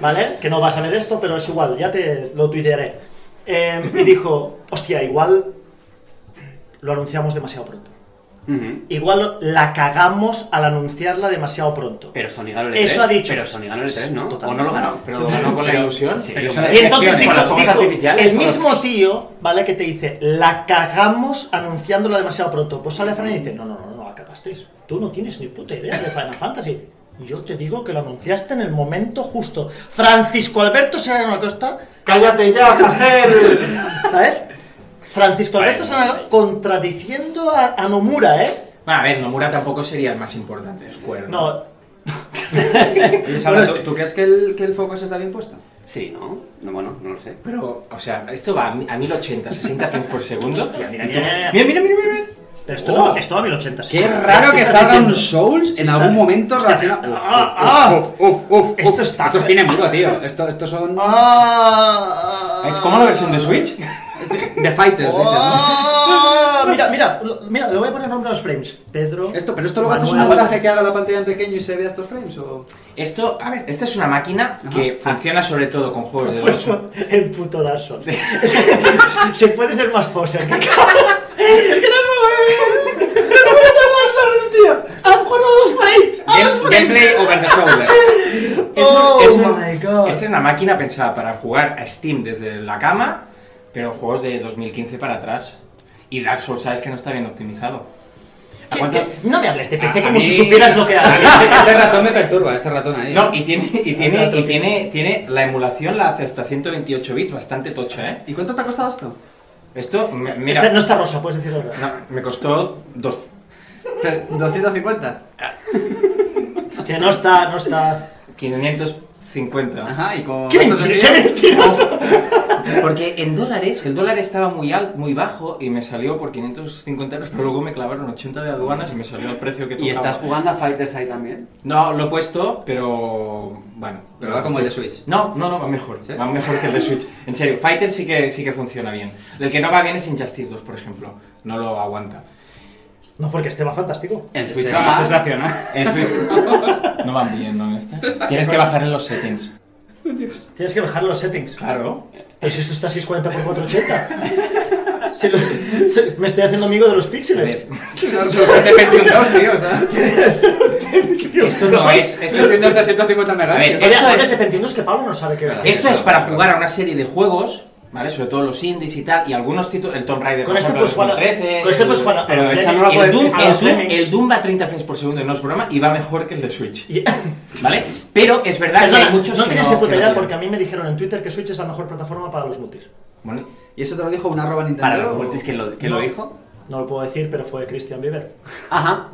S2: ¿vale? Que no vas a ver esto, pero es igual, ya te lo tuitearé. Eh, y dijo, hostia, igual lo anunciamos demasiado pronto.
S7: Ujú.
S2: Igual la cagamos al anunciarla demasiado pronto.
S7: Pero Sony ganó el E3.
S2: Eso ha dicho.
S7: Pero Sony ganó el E3, ¿no?
S2: Totalmente.
S7: ¿O no lo ganó?
S4: Pero lo ganó con la ilusión.
S7: Sí,
S4: Pero
S7: yo
S4: eso
S7: me-
S2: Y entonces
S7: Con las
S2: dijo,
S7: cosas
S2: dijo,
S7: artificiales,
S2: el
S7: con los-
S2: mismo tío, ¿vale? Que te dice, la cagamos anunciándola demasiado pronto. Pues sale Fran y dice, no, no, no, no la cagasteis. Tú no tienes ni puta idea de Final Fantasy. Yo te digo que lo anunciaste en el momento justo. Francisco Alberto Serrano Acosta,
S3: ¡Cállate ya, Sacer!
S2: ¿sabes? Francisco Alberto Serrano Acosta contradiciendo a, a Nomura, ¿eh?
S4: Bueno, a ver, Nomura tampoco sería el más importante, Square.
S2: No,
S1: Oye, Sandra,
S2: Bueno, este
S1: ¿tú, tú crees que el, que el focus está bien puesto?
S7: Sí, ¿no? No, bueno, no lo sé.
S4: Pero, o sea, esto va a mi- a 1080, 60 frames por segundo.
S2: Hostia, mira,
S4: Y tú-
S2: mira, mira.
S4: mira, mira, mira, mira.
S2: pero esto,
S4: Oh.
S2: no, esto va a 1080. sí.
S1: Qué raro que
S2: Está
S1: salga un
S2: diciendo-
S1: Souls en
S2: está-
S1: algún momento
S2: está-
S1: relacionado.
S2: Ah,
S1: Uf, uf, uf, uf, uf.
S2: Esto está-
S1: Esto es cine mudo, tío. Esto, esto
S2: [LAUGHS]
S1: son.
S2: Ah, ah,
S4: ¿Es como la versión de Switch?
S1: The Fighters, dices, ¿no?
S2: Ah, mira, mira, lo- mira, le voy a poner nombre a los frames. Pedro.
S1: Esto, pero esto lo haces un
S2: Manuel.
S1: montaje que haga la pantalla en pequeño y se vea estos frames o.
S4: Esto, a ver, esta es una máquina que funciona sobre todo con juegos de dos.
S2: Puesto pues, el puto Dark Souls. Es que [LAUGHS] se puede ser más poser. que- es que no es el puto Dark Souls, tío. Han jugado dos frames. a dos
S1: Game- gameplay over the shoulder.
S4: Es,
S2: Oh
S4: es un-
S2: my God.
S4: es una máquina pensada para jugar a Steam desde la cama, pero juegos de 2015 para atrás. Y Dark Souls sabes que no está bien optimizado. ¿A
S2: frames.
S4: cuánto-
S2: Que- que- No me hables de PC
S4: A- a
S2: como si
S4: mí-
S2: supieras lo que
S1: [LAUGHS]
S2: haces.
S1: Este ratón me perturba, este ratón ahí.
S4: No, y tiene, y
S2: Ah,
S4: tiene,
S2: otro
S4: y tiene, tiene la emulación la hace hasta 128 bits, bastante tocha, ¿eh?
S1: ¿Y cuánto te ha costado esto?
S4: Esto, me- mira,
S2: Este no está rosa, puedes decirlo ahora.
S4: no, me costó dos.
S1: Tres- 250.
S2: Que no está, no está.
S4: 550.
S1: Ajá, y con.
S2: ¡Qué,
S1: ¿cuántos
S2: menti-
S1: de
S2: qué
S1: ellos?
S2: mentiroso!
S4: Porque en dólares, el dólar estaba muy alto, muy bajo y me salió por 550 euros, pero luego me clavaron 80 de aduanas y me salió el precio que tocaba.
S7: ¿Y estás jugando a Fighters ahí también?
S4: No, lo he puesto, pero bueno.
S1: Pero va como el de Switch.
S4: No, no, no, va mejor.
S1: ¿Sí?
S4: Va mejor que el de Switch. En serio, Fighter sí que, sí que funciona bien. El que no va bien es Injustice 2, por ejemplo. No lo aguanta.
S2: No, porque este va fantástico.
S7: En
S1: Sí,
S7: Switch
S1: sí.
S7: no
S1: Ah.
S7: más.
S1: sensacional.
S4: En Switch. [LAUGHS] No van bien, ¿no? Este. Tienes que bajar en los settings.
S2: Tienes que bajar los settings.
S4: Claro.
S2: Pero si esto está a 640 por 480. Si lo- si- me estoy haciendo amigo de los píxeles.
S12: Esto no es. Esto
S1: de 150 megas.
S12: A ver,
S2: Oye,
S12: esto
S2: oye,
S12: es-
S2: dependiendo es que Pablo no sabe qué ver.
S12: Esto es para jugar a una serie de juegos, ¿vale? Sobre todo los indies y tal, y algunos títulos, el Tomb Raider,
S2: Con
S12: por
S2: esto
S12: ejemplo,
S2: puedes jugar a-
S12: 2013,
S2: con esto
S12: el-
S2: puedes jugar a-
S12: pero
S2: a los
S12: el
S2: Lemmings.
S12: Doom- el Doom-
S2: A los
S12: el Doom-
S2: Lemmings.
S12: el Doom va a 30 frames por segundo, no es broma, y va mejor que el de Switch. ¿Vale? Pero es verdad que hay
S2: Perdona,
S12: muchos
S2: no
S12: que
S2: tienes
S12: no...
S2: ni puta
S12: que no
S2: idea
S12: tienen.
S2: porque a mí me dijeron en Twitter que Switch es la mejor plataforma para los multis.
S12: Bueno,
S1: ¿Y eso te lo dijo un arroba Nintendo?
S7: Para los
S1: o-
S7: multis, ¿quién lo, quién lo
S2: No,
S7: dijo?
S2: No lo puedo decir, pero fue Christian Bieber.
S7: Ajá.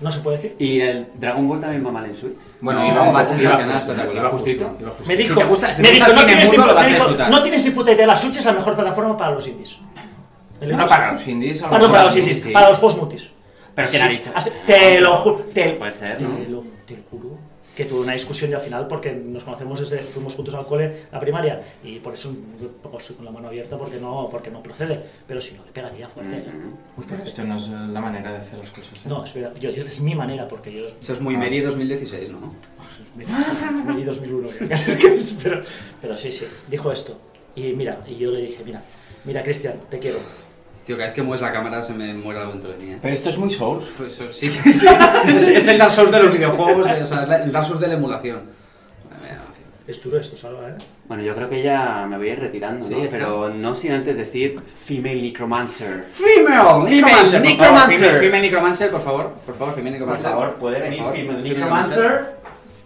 S2: No se puede decir.
S7: ¿Y el Dragon Ball también va mal en Switch?
S12: Bueno,
S1: No,
S12: iba un
S1: va a
S12: poco-
S1: ser
S12: iba
S1: sensacional,
S12: justo,
S1: espectacular,
S12: iba justito.
S1: justo.
S12: iba justito.
S2: Me dijo,
S1: te gusta- si
S2: me
S1: te
S2: dijo,
S1: gusta el
S2: no,
S1: cine
S2: tienes ni,
S1: mudo, lo
S2: puta-
S1: vas a
S2: me dijo,
S1: disfrutar".
S2: "No tienes ni puta idea, la Switch es la mejor plataforma para los indies.
S12: No, para los indies, a lo
S2: Perdón,
S12: mejor
S2: para los
S12: sí,
S2: indies,
S12: sí.
S2: para los juegos multis.
S7: ¿Pero quién ha dicho?
S2: Así- Te lo juro, te,
S7: Puede ser,
S2: te
S7: ¿no?
S2: lo, te lo juro. Que tuve una discusión yo al final porque nos conocemos desde, fuimos juntos al cole, la primaria, y por eso yo poco soy con la mano abierta porque no, porque no procede. Pero si no, le pegaría fuerte. ¿eh?
S12: Uy, pero esto no es eh, la manera de hacer las cosas. ¿eh?
S2: No, espera, yo, yo- es mi manera porque yo...
S1: Eso es muy
S7: Ah.
S1: Meri 2016, ¿no?
S5: [LAUGHS]
S2: Mira, me di 2001. [LAUGHS] creo. pero, pero sí, sí, dijo esto. Y mira, y yo le dije, mira, mira, Cristian, te quiero.
S1: Tío, cada vez que mueves la cámara se me muere algo dentro de mí. ¿eh?
S12: Pero esto es muy Souls.
S1: Pues, sí,
S7: [LAUGHS]
S1: sí, sí. Es, es el Dark Souls de los videojuegos, de- o sea, la- el Dark Souls de la emulación.
S2: Es duro esto, Salva, ¿eh?
S7: Bueno, yo creo que ya me voy a ir retirando,
S1: Sí,
S7: ¿no?
S1: ya está.
S7: Pero no sin antes decir Female Necromancer.
S1: Female,
S7: Necromancer, por
S1: Female,
S7: favor, female-
S1: female Necromancer, por favor, por favor, Female
S7: Por
S1: Necromancer.
S7: favor, puede venir
S1: favor,
S7: Female
S1: Female
S7: Necromancer.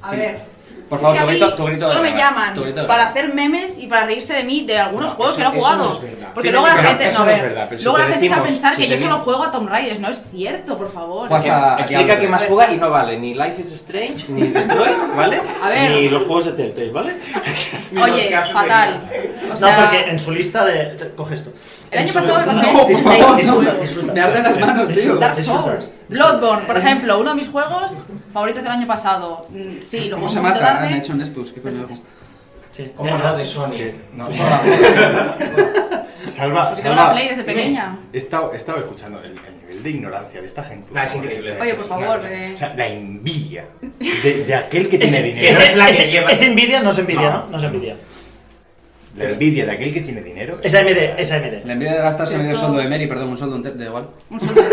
S5: A
S1: Sí.
S5: ver.
S1: Por
S5: es
S1: favor,
S5: que a
S1: tu
S5: mí
S1: grito, tu grito de
S5: solo me
S1: guerra,
S5: llaman
S1: tu grito de
S5: para
S1: guerra.
S5: hacer memes y para reírse de mí de algunos
S12: No,
S5: juegos
S12: eso-
S5: que no he
S12: eso
S5: jugado.
S12: no es verdad.
S5: Porque
S12: Sí,
S5: luego la
S12: pero
S5: gente
S12: eso
S5: no
S12: no es
S5: ver.
S12: verdad, pero si
S5: luego
S12: te
S5: la gente se va a
S12: decimos,
S5: pensar
S12: si
S5: que
S12: te
S5: yo solo
S12: mi-
S5: juego a Tomb Raiders, no es cierto, por favor.
S1: Juegas a- Ah,
S12: Eh, Explica
S1: diablo.
S12: que más juega y no vale ni Life is Strange, ni Detroit, ¿vale?
S5: A ver.
S12: Ni los juegos de Telltale,
S5: [LAUGHS]
S12: ¿vale?
S5: Oye, fatal. O sea,
S2: no, porque en su lista de. te- Coge esto.
S5: El año
S2: En su-
S5: pasado me pasé
S2: No, por
S5: 68
S2: favor,
S5: juegos.
S2: disfruta, disfruta.
S1: Me arden las manos,
S2: Disfruta,
S1: tío.
S5: Dark
S2: disfruta.
S5: Souls. Bloodborne, por ejemplo, uno de mis juegos favoritos del año pasado. Mm, Sí, lo
S1: ¿Cómo
S5: jugué
S1: se
S5: un poquito
S1: mata?
S5: tarde.
S1: Han hecho en estos, ¿qué coño haces?
S2: Sí.
S12: ¿Cómo no? De Sony. No,
S3: Salva,
S5: Porque
S3: salva.
S5: tengo la Play desde pequeña.
S3: He estado, he estado escuchando el, el nivel de ignorancia de esta gente.
S12: Ah, es increíble.
S5: Oye, por favor, eh.
S3: O sea, la envidia de, de aquel que
S2: [LAUGHS] Es,
S3: tiene dinero.
S2: es,
S3: la
S2: es- es envidia, no es envidia, ¿no?
S3: No.
S2: No es envidia.
S3: La envidia de aquel que tiene dinero.
S2: Es AMD, es AMD.
S1: La envidia de gastarse
S5: Sí,
S1: medio
S5: esto-
S1: sueldo de Mary, perdón, un sueldo entero, da igual.
S5: Un saludo.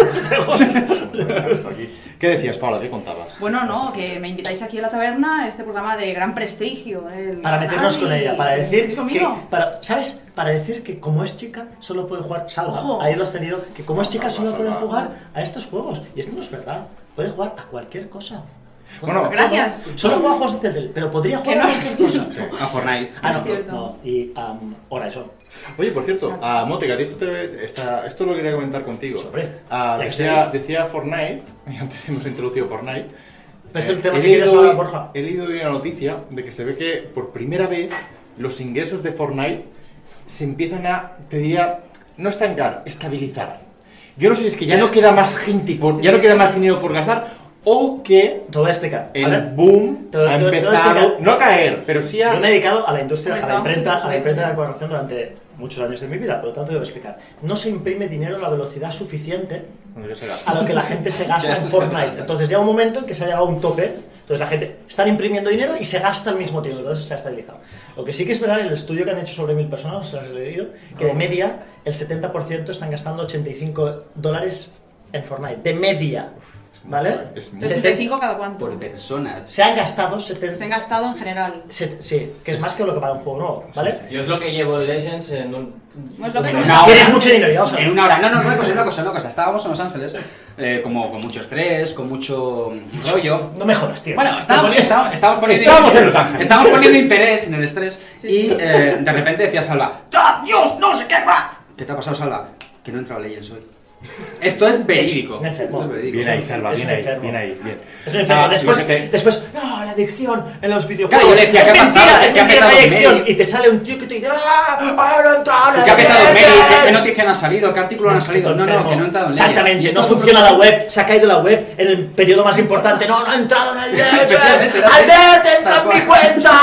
S3: ¿Qué decías, Paula? ¿Qué contabas?
S5: Bueno, no, que me invitáis aquí a la taberna, este programa de gran prestigio. eh, el-
S2: Para meternos con ella, para
S5: Sí,
S2: decir
S5: ¿es
S2: que,
S5: conmigo?
S2: para, ¿sabes? Para decir que como es chica solo puede jugar
S5: Ojo.
S2: Salva. Ahí lo has tenido. Que como es chica
S3: Salva,
S2: solo puede
S3: Salva.
S2: jugar a estos juegos y esto no es verdad. Puede jugar a cualquier cosa.
S3: Bueno,
S5: Gracias.
S2: Solo juega a juegos de Telltale, pero podría
S5: Que
S2: jugar
S5: no.
S2: a cualquier
S3: [LAUGHS]
S2: cosa.
S1: A Fortnite.
S2: Ah, no,
S5: Es cierto.
S2: no, y um, Horizon.
S3: Oye, por cierto, a Motega, esto, te- esta- esto lo quería comentar contigo.
S2: Sobre.
S3: Ah,
S2: Ya que
S3: decía,
S2: estoy.
S3: decía Fortnite, [LAUGHS] y antes hemos introducido Fortnite.
S2: Pero Este es
S3: eh,
S2: el tema
S3: he
S2: que quieres
S3: leído
S2: hablar,
S3: hoy-
S2: Borja.
S3: He leído hoy una noticia de que se ve que por primera vez los ingresos de Fortnite se empiezan a, te diría, no estancar, estabilizar. Yo no sé si es que ya no queda más gente, por, ya no queda más dinero por gastar o que
S2: Te voy a explicar.
S3: el
S2: ¿vale?
S3: boom
S2: Te lo- te lo-
S3: ha
S2: te lo
S3: empezado,
S2: explico.
S3: no a caer, pero sí a...
S2: Yo me he dedicado a la industria,
S5: Hombre,
S2: a la
S5: estaba
S2: imprenta,
S5: Pues mucho
S2: a la imprenta de la
S5: tiempo.
S2: corrección durante muchos años de mi vida, por lo tanto te voy a explicar. No se imprime dinero a la velocidad suficiente
S3: No, yo sé la-
S2: a lo que la gente se gasta en Fortnite. Entonces llega un momento en que se ha llegado a un tope. Entonces la gente están imprimiendo dinero y se gasta al mismo tiempo. Entonces se ha estabilizado. Lo que sí que es verdad, el estudio que han hecho sobre mil personas, no sé si lo has leído, que
S3: Ah.
S2: de media el 70% están gastando 85 dólares en Fortnite. De media. ¿Vale?
S3: mucho, eh, es mucho.
S5: 65 cada cuánto.
S1: Por personas.
S2: Se han gastado 70...
S5: Se han gastado en general.
S2: Se- sí, que es más que lo que paga un juego nuevo, ¿vale?
S12: Yo es lo que llevo el Legends en un...
S5: No es Pues lo que
S12: en
S5: nos-
S2: No, Tienes mucho dinero, ya lo sabes.
S1: En una hora. No, no, no, una cosa, una cosa, una cosa. Estábamos en Los Ángeles, eh, como con mucho estrés, con mucho rollo.
S2: No me jodas, tío.
S1: Bueno, estábamos, estábamos, estábamos poniendo,
S2: Estábamos en Los Ángeles.
S1: estábamos poniendo interés en el estrés
S5: Sí,
S1: y
S5: sí.
S1: eh, de repente decía Salva, ¡Ah, Dios, no sé qué va! ¿Qué te ha pasado, Salva? Que no he entrado a Legends hoy. Esto es verídico.
S2: Me enfermo.
S1: Esto es verídico.
S3: Bien ahí, Salva,
S2: Es
S3: bien
S2: un
S3: ahí,
S2: enfermo.
S3: bien ahí, bien.
S2: Es un enfermo.
S3: Ah,
S2: después,
S3: lo que te-
S2: después, no, la adicción en los videojuegos.
S1: Claro, yo le decía,
S2: es
S1: ¿qué ha
S2: mentira,
S1: pasado?
S2: es
S1: Es que ha
S2: mentira, no hay
S1: petado
S2: adicción.
S1: Mary.
S2: Y te sale un tío que te dice, ¡ah! ¡Ahora
S1: ¿Y
S2: entraba!
S1: ¿Qué ha petado Mary? ¿Qué- ¿Qué noticia no ha salido? ¿Qué artículo no ha salido? No, no,
S2: Enfermo.
S1: que no he entrado en Legends. Y
S2: Exactamente,
S1: esto
S2: no
S1: es un
S2: funciona la
S1: problema.
S2: web, se ha caído la web en el periodo más importante. No, no ha entrado en el
S1: Efectivamente, no sé.
S2: ¡Albert, entra
S1: Tal
S2: en mi
S1: cual. [LAUGHS]
S2: cuenta!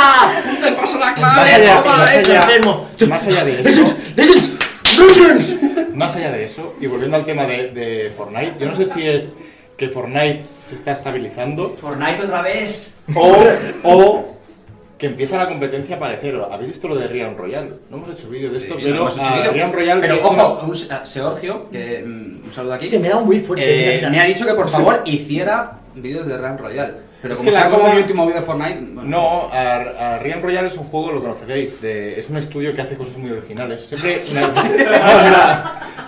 S1: Te paso la
S3: Más
S1: clave,
S3: allá,
S1: toma,
S3: más
S1: eh.
S2: Es
S3: allá.
S2: enfermo.
S3: Más allá de eso.
S2: Legends, Legends, Legends.
S3: Más allá de eso, y volviendo al tema de, de Fortnite, yo no sé si es que Fortnite se está estabilizando
S7: Fortnite otra vez.
S3: o, o que empieza la competencia a aparecer. ¿Habéis visto lo de Rian Royal? No hemos hecho vídeo de esto,
S13: Sí,
S3: pero
S13: no hemos hecho
S3: a
S13: vídeo.
S3: Rian Royal
S13: Pero
S3: que es
S13: ojo, un, a Seorgio, que, mm, un saludo aquí.
S2: Hostia, Este me da muy fuerte,
S13: Eh,
S2: mira, mira.
S13: Me ha dicho que
S2: [LAUGHS]
S13: por favor hiciera vídeos de Ram Royal. Pero
S3: Es
S13: como
S3: que la
S13: sea como
S3: cosa-
S13: mi último vídeo de Fortnite. bueno.
S3: No, a, a Rian Royal es un juego, lo conoceréis, de- es un estudio que hace cosas muy originales.
S2: [LAUGHS]
S3: Siempre... no, es verdad.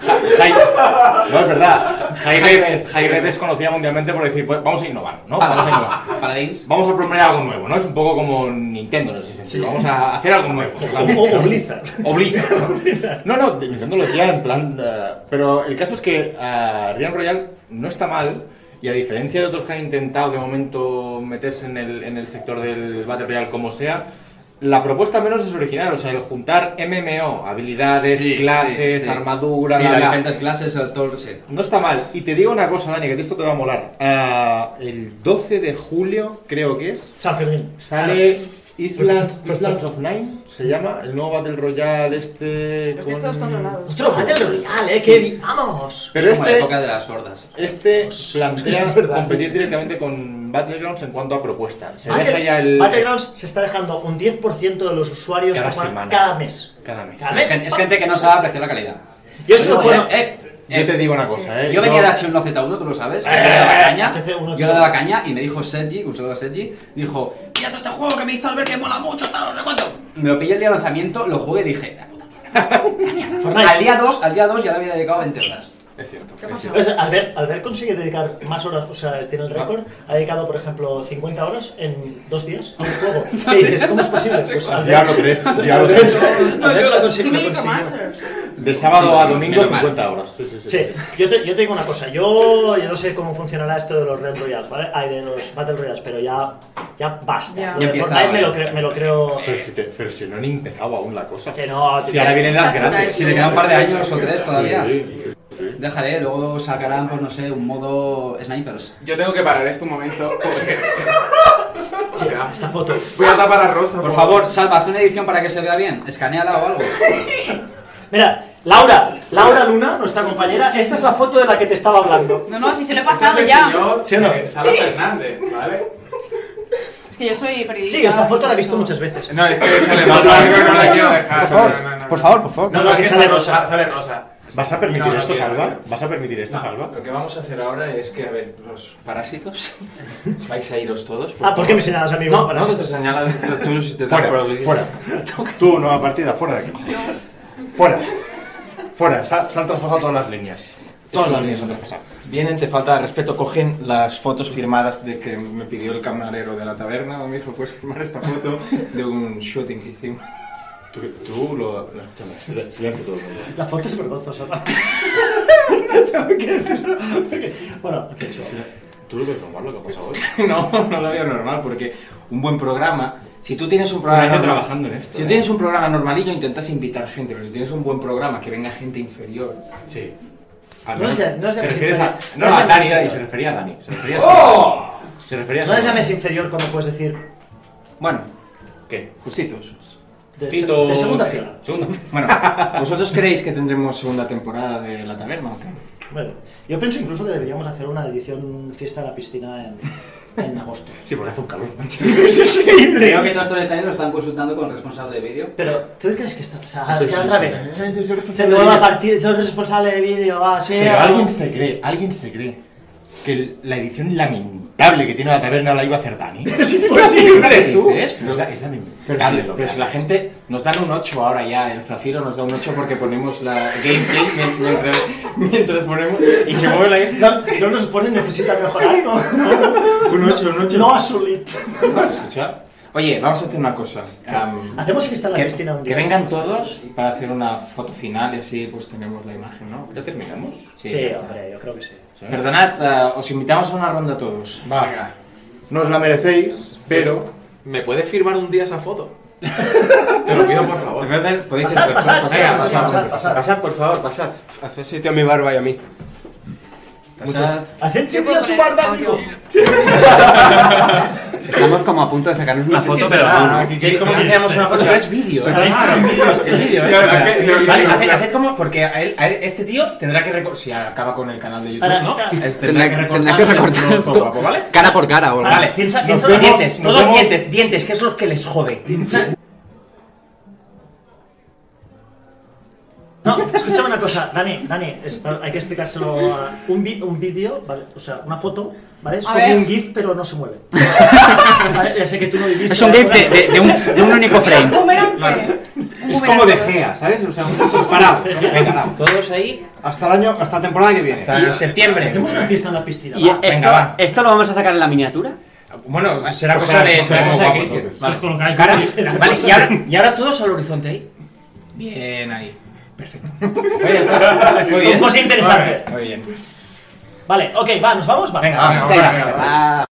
S3: Ja- Jai- no, es verdad. Jaime, Jaime es conocida mundialmente por decir, pues, vamos a innovar,
S13: Ah,
S3: ¿no? Vamos a innovar. Vamos a proponer algo nuevo, ¿no? Es un poco como Nintendo en ese sentido. Vamos a hacer algo nuevo.
S2: [LAUGHS] O- o Blizzard.
S13: [LAUGHS]
S3: O Blizzard. No, no, Nintendo lo decía en plan... eh, pero el caso es que a Rian Royal no está mal y a diferencia de otros que han intentado de momento meterse en el, en el sector del Battle Royale como sea, la propuesta al menos es original, o sea, el juntar MMO, habilidades,
S13: Sí,
S3: clases,
S13: sí, sí.
S3: armadura,
S13: Sí,
S3: bla,
S13: las
S3: bla.
S13: diferentes clases, el todo, sí.
S3: No está mal. Y te digo una cosa, Dani, que esto te va a molar. Ah, el 12 de julio, creo que es. Sale Islands, Islands of Nine, pues, se llama. El nuevo Battle Royale este.
S5: Los textos
S3: con-
S5: controlados.
S2: Otro Battle Royale, eh,
S3: Sí.
S2: que vamos.
S3: Pero
S13: Es como la
S3: este-
S13: época de las hordas.
S3: Este plantea
S2: Es verdad,
S3: competir
S2: sí.
S3: directamente con Battlegrounds en cuanto a propuesta. Se
S2: Battle-
S3: deja ya el.
S2: Battlegrounds se está dejando un 10% de los usuarios
S3: Cada
S2: que juegan
S3: semana.
S2: cada mes.
S3: Cada mes.
S2: Cada
S13: Es
S2: mes.
S13: gente- es gente que no sabe apreciar la calidad.
S2: Yo esto
S13: Oye,
S2: juego-
S13: eh, eh,
S3: Yo te digo una cosa, eh.
S13: Yo venía de H1Z1, tú lo sabes.
S3: Eh,
S13: yo le daba
S3: eh,
S13: caña.
S3: HC1Z1.
S13: Yo le daba caña y me dijo Sergi, un saludo a Sergi, dijo, píllate este juego que me hizo ver que mola mucho, tal, no sé cuánto. Me lo pillé el día de lanzamiento, lo jugué y dije, "La puta mierda, la mierda". al día 2, al día 2 ya le había dedicado 20 horas.
S3: Es cierto.
S13: ¿Qué pasa?
S2: Pues Albert, Albert consigue dedicar más horas, o sea, tiene
S3: Ah.
S2: el récord, ha dedicado, por ejemplo, 50 horas en dos días a un
S3: [LAUGHS]
S2: juego. Y dices, ¿cómo es posible? Pues Albert- [LAUGHS]
S3: Diablo 3, Diablo
S2: Albert-
S3: 3.
S2: Albert lo
S5: Sí,
S2: consigue, lo
S5: me
S2: consigue.
S3: De sábado a domingo,
S2: Menos mal.
S3: 50 horas. Sí, sí, sí.
S2: Sí, yo te, yo te digo una cosa, yo, yo no sé cómo funcionará esto de los Red Royals, ¿vale? Ay, de los Battle Royals, pero ya, ya basta.
S5: Ya.
S2: Lo
S3: Ya
S2: de
S3: empieza,
S2: Fortnite me
S3: vale.
S2: lo, cre- me lo creo...
S3: Pero si, te- pero si no han empezado aún la cosa.
S2: Que no,
S3: si
S2: sí,
S3: ahora
S2: sí,
S3: vienen
S2: sí,
S3: las
S2: sí,
S3: grandes.
S2: sí,
S13: Si le quedan un par de años o tres todavía.
S3: Sí, sí, sí.
S13: Déjale, luego sacarán, pues no sé, un modo snipers.
S6: Yo tengo que parar esto un momento [LAUGHS] porque.
S2: Esta foto.
S6: Voy a tapar a Rosa.
S13: Por favor, salva, haz una edición para que se vea bien. Escaneala
S3: [LAUGHS]
S13: o algo.
S2: Mira, Laura, Laura Luna, nuestra compañera, esta es la foto de la que te estaba hablando.
S5: No, no, si se lo he
S6: Este es
S5: pasado
S6: el
S5: ya.
S6: señor
S2: ¿Sí o no?
S6: eh, Sara
S2: Sí.
S6: Fernández, ¿vale?
S5: Es que yo soy periodista.
S2: Sí, esta foto la he visto muchas veces.
S6: No, es que sale
S2: No,
S6: Rosa.
S2: no,
S6: No, no,
S2: no,
S6: la
S2: no,
S6: quiero
S2: no.
S6: dejar.
S2: Por favor,
S6: no, no, no, no.
S7: Por favor, por favor.
S6: No, no, que sale Rosa. Sale Rosa.
S3: ¿Vas a permitir
S6: No, no
S3: esto,
S6: quiero, no
S3: Salva?
S6: quiero.
S3: ¿Vas a permitir esto, Salva?
S4: Lo que vamos a hacer ahora es que, a ver, los parásitos, vais a iros todos.
S2: Ah, ¿por qué me señalas a mí como
S4: No, no,
S2: parásito?
S4: te señalas, tú no si te das
S3: Fuera,
S4: por
S3: fuera. [LAUGHS] Tú, nueva partida, fuera de aquí. Fuera. Fuera, se han se han traspasado todas las líneas. Todas
S4: Eso
S3: las
S4: es.
S3: líneas se han traspasado.
S4: Vienen, te falta de respeto, cogen las fotos firmadas de que me pidió el camarero de la taberna, me dijo, puedes firmar esta foto de un shooting que hicimos. [LAUGHS]
S3: Tú, tú lo, lo escuchamos. Silen- Silencio todo el mundo.
S2: La foto es [LAUGHS] vergonzosa. ¿no? Tengo que decirlo, porque- bueno, ok, sí.
S3: ¿Tú lo ves normal lo que ha pasado hoy?
S4: No, no lo veo normal, porque un buen programa, si tú tienes un programa...
S3: Pero hay que
S4: normal-
S3: trabajando en esto,
S4: Si
S3: ¿eh?
S4: tú tienes un programa normalillo, intentas invitar gente, pero si tienes un buen programa, que venga gente inferior.
S3: Sí.
S2: No es de- no es de
S3: Ah,
S2: mis
S3: ¿Te refieres a.?
S2: inferiores.
S3: No,
S2: No es
S3: a
S2: de
S3: Dani,
S2: mis
S3: Dani,
S2: inferiores.
S3: se refería a Dani. Se refería a.
S4: ¡Oh!
S3: Se refería a.
S2: No es la
S3: Salva.
S2: mesa inferior cuando puedes decir
S4: Bueno,
S3: ¿Qué?
S4: justitos.
S2: de, se-
S3: Tito.
S2: de segunda fila.
S3: Segunda
S4: [LAUGHS] Bueno, ¿vosotros creéis que tendremos segunda temporada de La Taberna o qué?
S2: Bueno, yo pienso incluso que deberíamos hacer una edición fiesta de la piscina en, en agosto.
S3: Sí, porque hace un calor.
S2: es increíble.
S13: Creo que todos estos detalles lo están consultando con el responsable de vídeo.
S2: Pero, ¿tú crees que está? O sea,
S3: Sí,
S2: ya
S3: sí,
S2: otra
S3: sí.
S2: vez.
S3: Eh, yo soy responsable
S2: Se
S3: de
S2: nueva
S3: vídeo.
S2: partida, soy responsable de vídeo, va, sí.
S3: Pero
S2: va.
S3: alguien se cree, alguien se cree que el- la edición lamentable que tiene la taberna la iba a hacer
S4: [LAUGHS]
S3: Dani.
S2: Pues sí,
S3: ¿Eres tú?
S4: dices?
S3: Pero es la- es
S4: Pero, si,
S3: lamentable. lo que
S4: pero si
S3: hace.
S4: la gente nos dan un 8 ahora ya, el Zafiro nos da un 8 porque ponemos la gameplay mien- mientras, mientras ponemos y se mueve la
S2: No, no nos ponen, necesita mejorar. No,
S4: [LAUGHS] Un 8, un 8.
S2: no a Sulit.
S4: escuchar. Oye, vamos a hacer una cosa. am,
S2: Hacemos fiesta en la
S4: que,
S2: piscina un
S4: que
S2: día.
S4: vengan todos para hacer una foto final y así pues tenemos la imagen, ¿no?
S3: ¿Ya terminamos?
S2: Sí,
S4: ya está.
S2: hombre, yo creo que sí.
S4: Perdonad, ah, os invitamos a una ronda todos.
S6: Venga.
S3: No os la merecéis, pero.
S6: ¿Me puedes firmar un día esa foto? [LAUGHS] Te lo pido, por favor.
S4: Podéis podéis
S2: Pasad,
S4: entrar,
S2: pasad,
S4: pasad,
S2: sí,
S4: venga,
S2: pasad,
S4: pasad,
S2: pasad, pasad.
S4: pasad, por favor, pasad.
S10: Hacer sitio a mi barba y a mí.
S1: Muchos-
S2: Has enseñado
S5: puedo
S2: su
S5: poner
S2: barba,
S5: audio.
S2: amigo.
S1: Estamos como a punto de sacarnos una
S4: No sé si
S1: foto,
S4: es
S1: pero
S4: verdad,
S1: no.
S4: ¿no? Aquí- Sí, es como si hacíamos una [LAUGHS] foto, pero es vídeo, ¿eh? Ah, es vídeo, es que es vídeo, ¿eh?
S1: Claro,
S4: O sea,
S1: es que- no,
S4: vale,
S1: no,
S4: haced-
S1: no.
S4: haced como, porque a él- a él- este tío tendrá que recortar, si acaba con el canal de YouTube,
S2: Ahora,
S4: ¿no?
S2: claro.
S4: Es-
S1: Tendrá- tendrá que
S4: recortarlo
S1: recortar
S4: todo
S1: todo.
S4: guapo, ¿vale?
S1: Cara por cara o algo.
S4: Vale,
S2: piensa-
S4: nos
S2: piensa-
S4: vemos,
S2: nos
S4: dientes,
S2: vemos.
S4: todos dientes, dientes, que es lo que les jode.
S2: No, escúchame una cosa, Dani, Dani, es- eh, hay que explicárselo a un, vi- un vídeo, ¿vale? O sea, una foto, ¿vale? Es
S14: A
S2: como
S14: ver.
S2: un GIF, pero no se
S4: [LAUGHS]
S2: mueve. Vale, Ya sé que tú no viviste.
S15: Es un GIF de, de- de un, de un único frame.
S3: Es como de Gea, ¿sabes? O sea,
S4: [LAUGHS]
S3: parado. Venga, va.
S4: Todos ahí.
S3: Hasta el año, hasta la temporada que viene.
S4: Hasta septiembre. Hacemos una
S2: fiesta en la piscina.
S1: ¿Y esto, esto lo vamos a sacar en la miniatura?
S4: Bueno, será
S1: Pues
S4: cosa
S1: claro,
S4: de,
S1: pues
S4: será
S1: será
S4: cosa de
S1: guapo,
S4: Cristian.
S1: entonces.
S4: Vale,
S1: Entonces, con lo que
S4: Cara-
S1: hay que- será
S4: vale,
S1: cosa
S4: y, ahora,
S1: de-
S4: y ahora todos al horizonte ahí. Bien, ahí. Perfecto.
S2: Oye, está- Con cosa interesante.
S4: Muy bien.
S2: Vale, ok, va, nos vamos, va.
S4: Venga, vamos, venga, venga.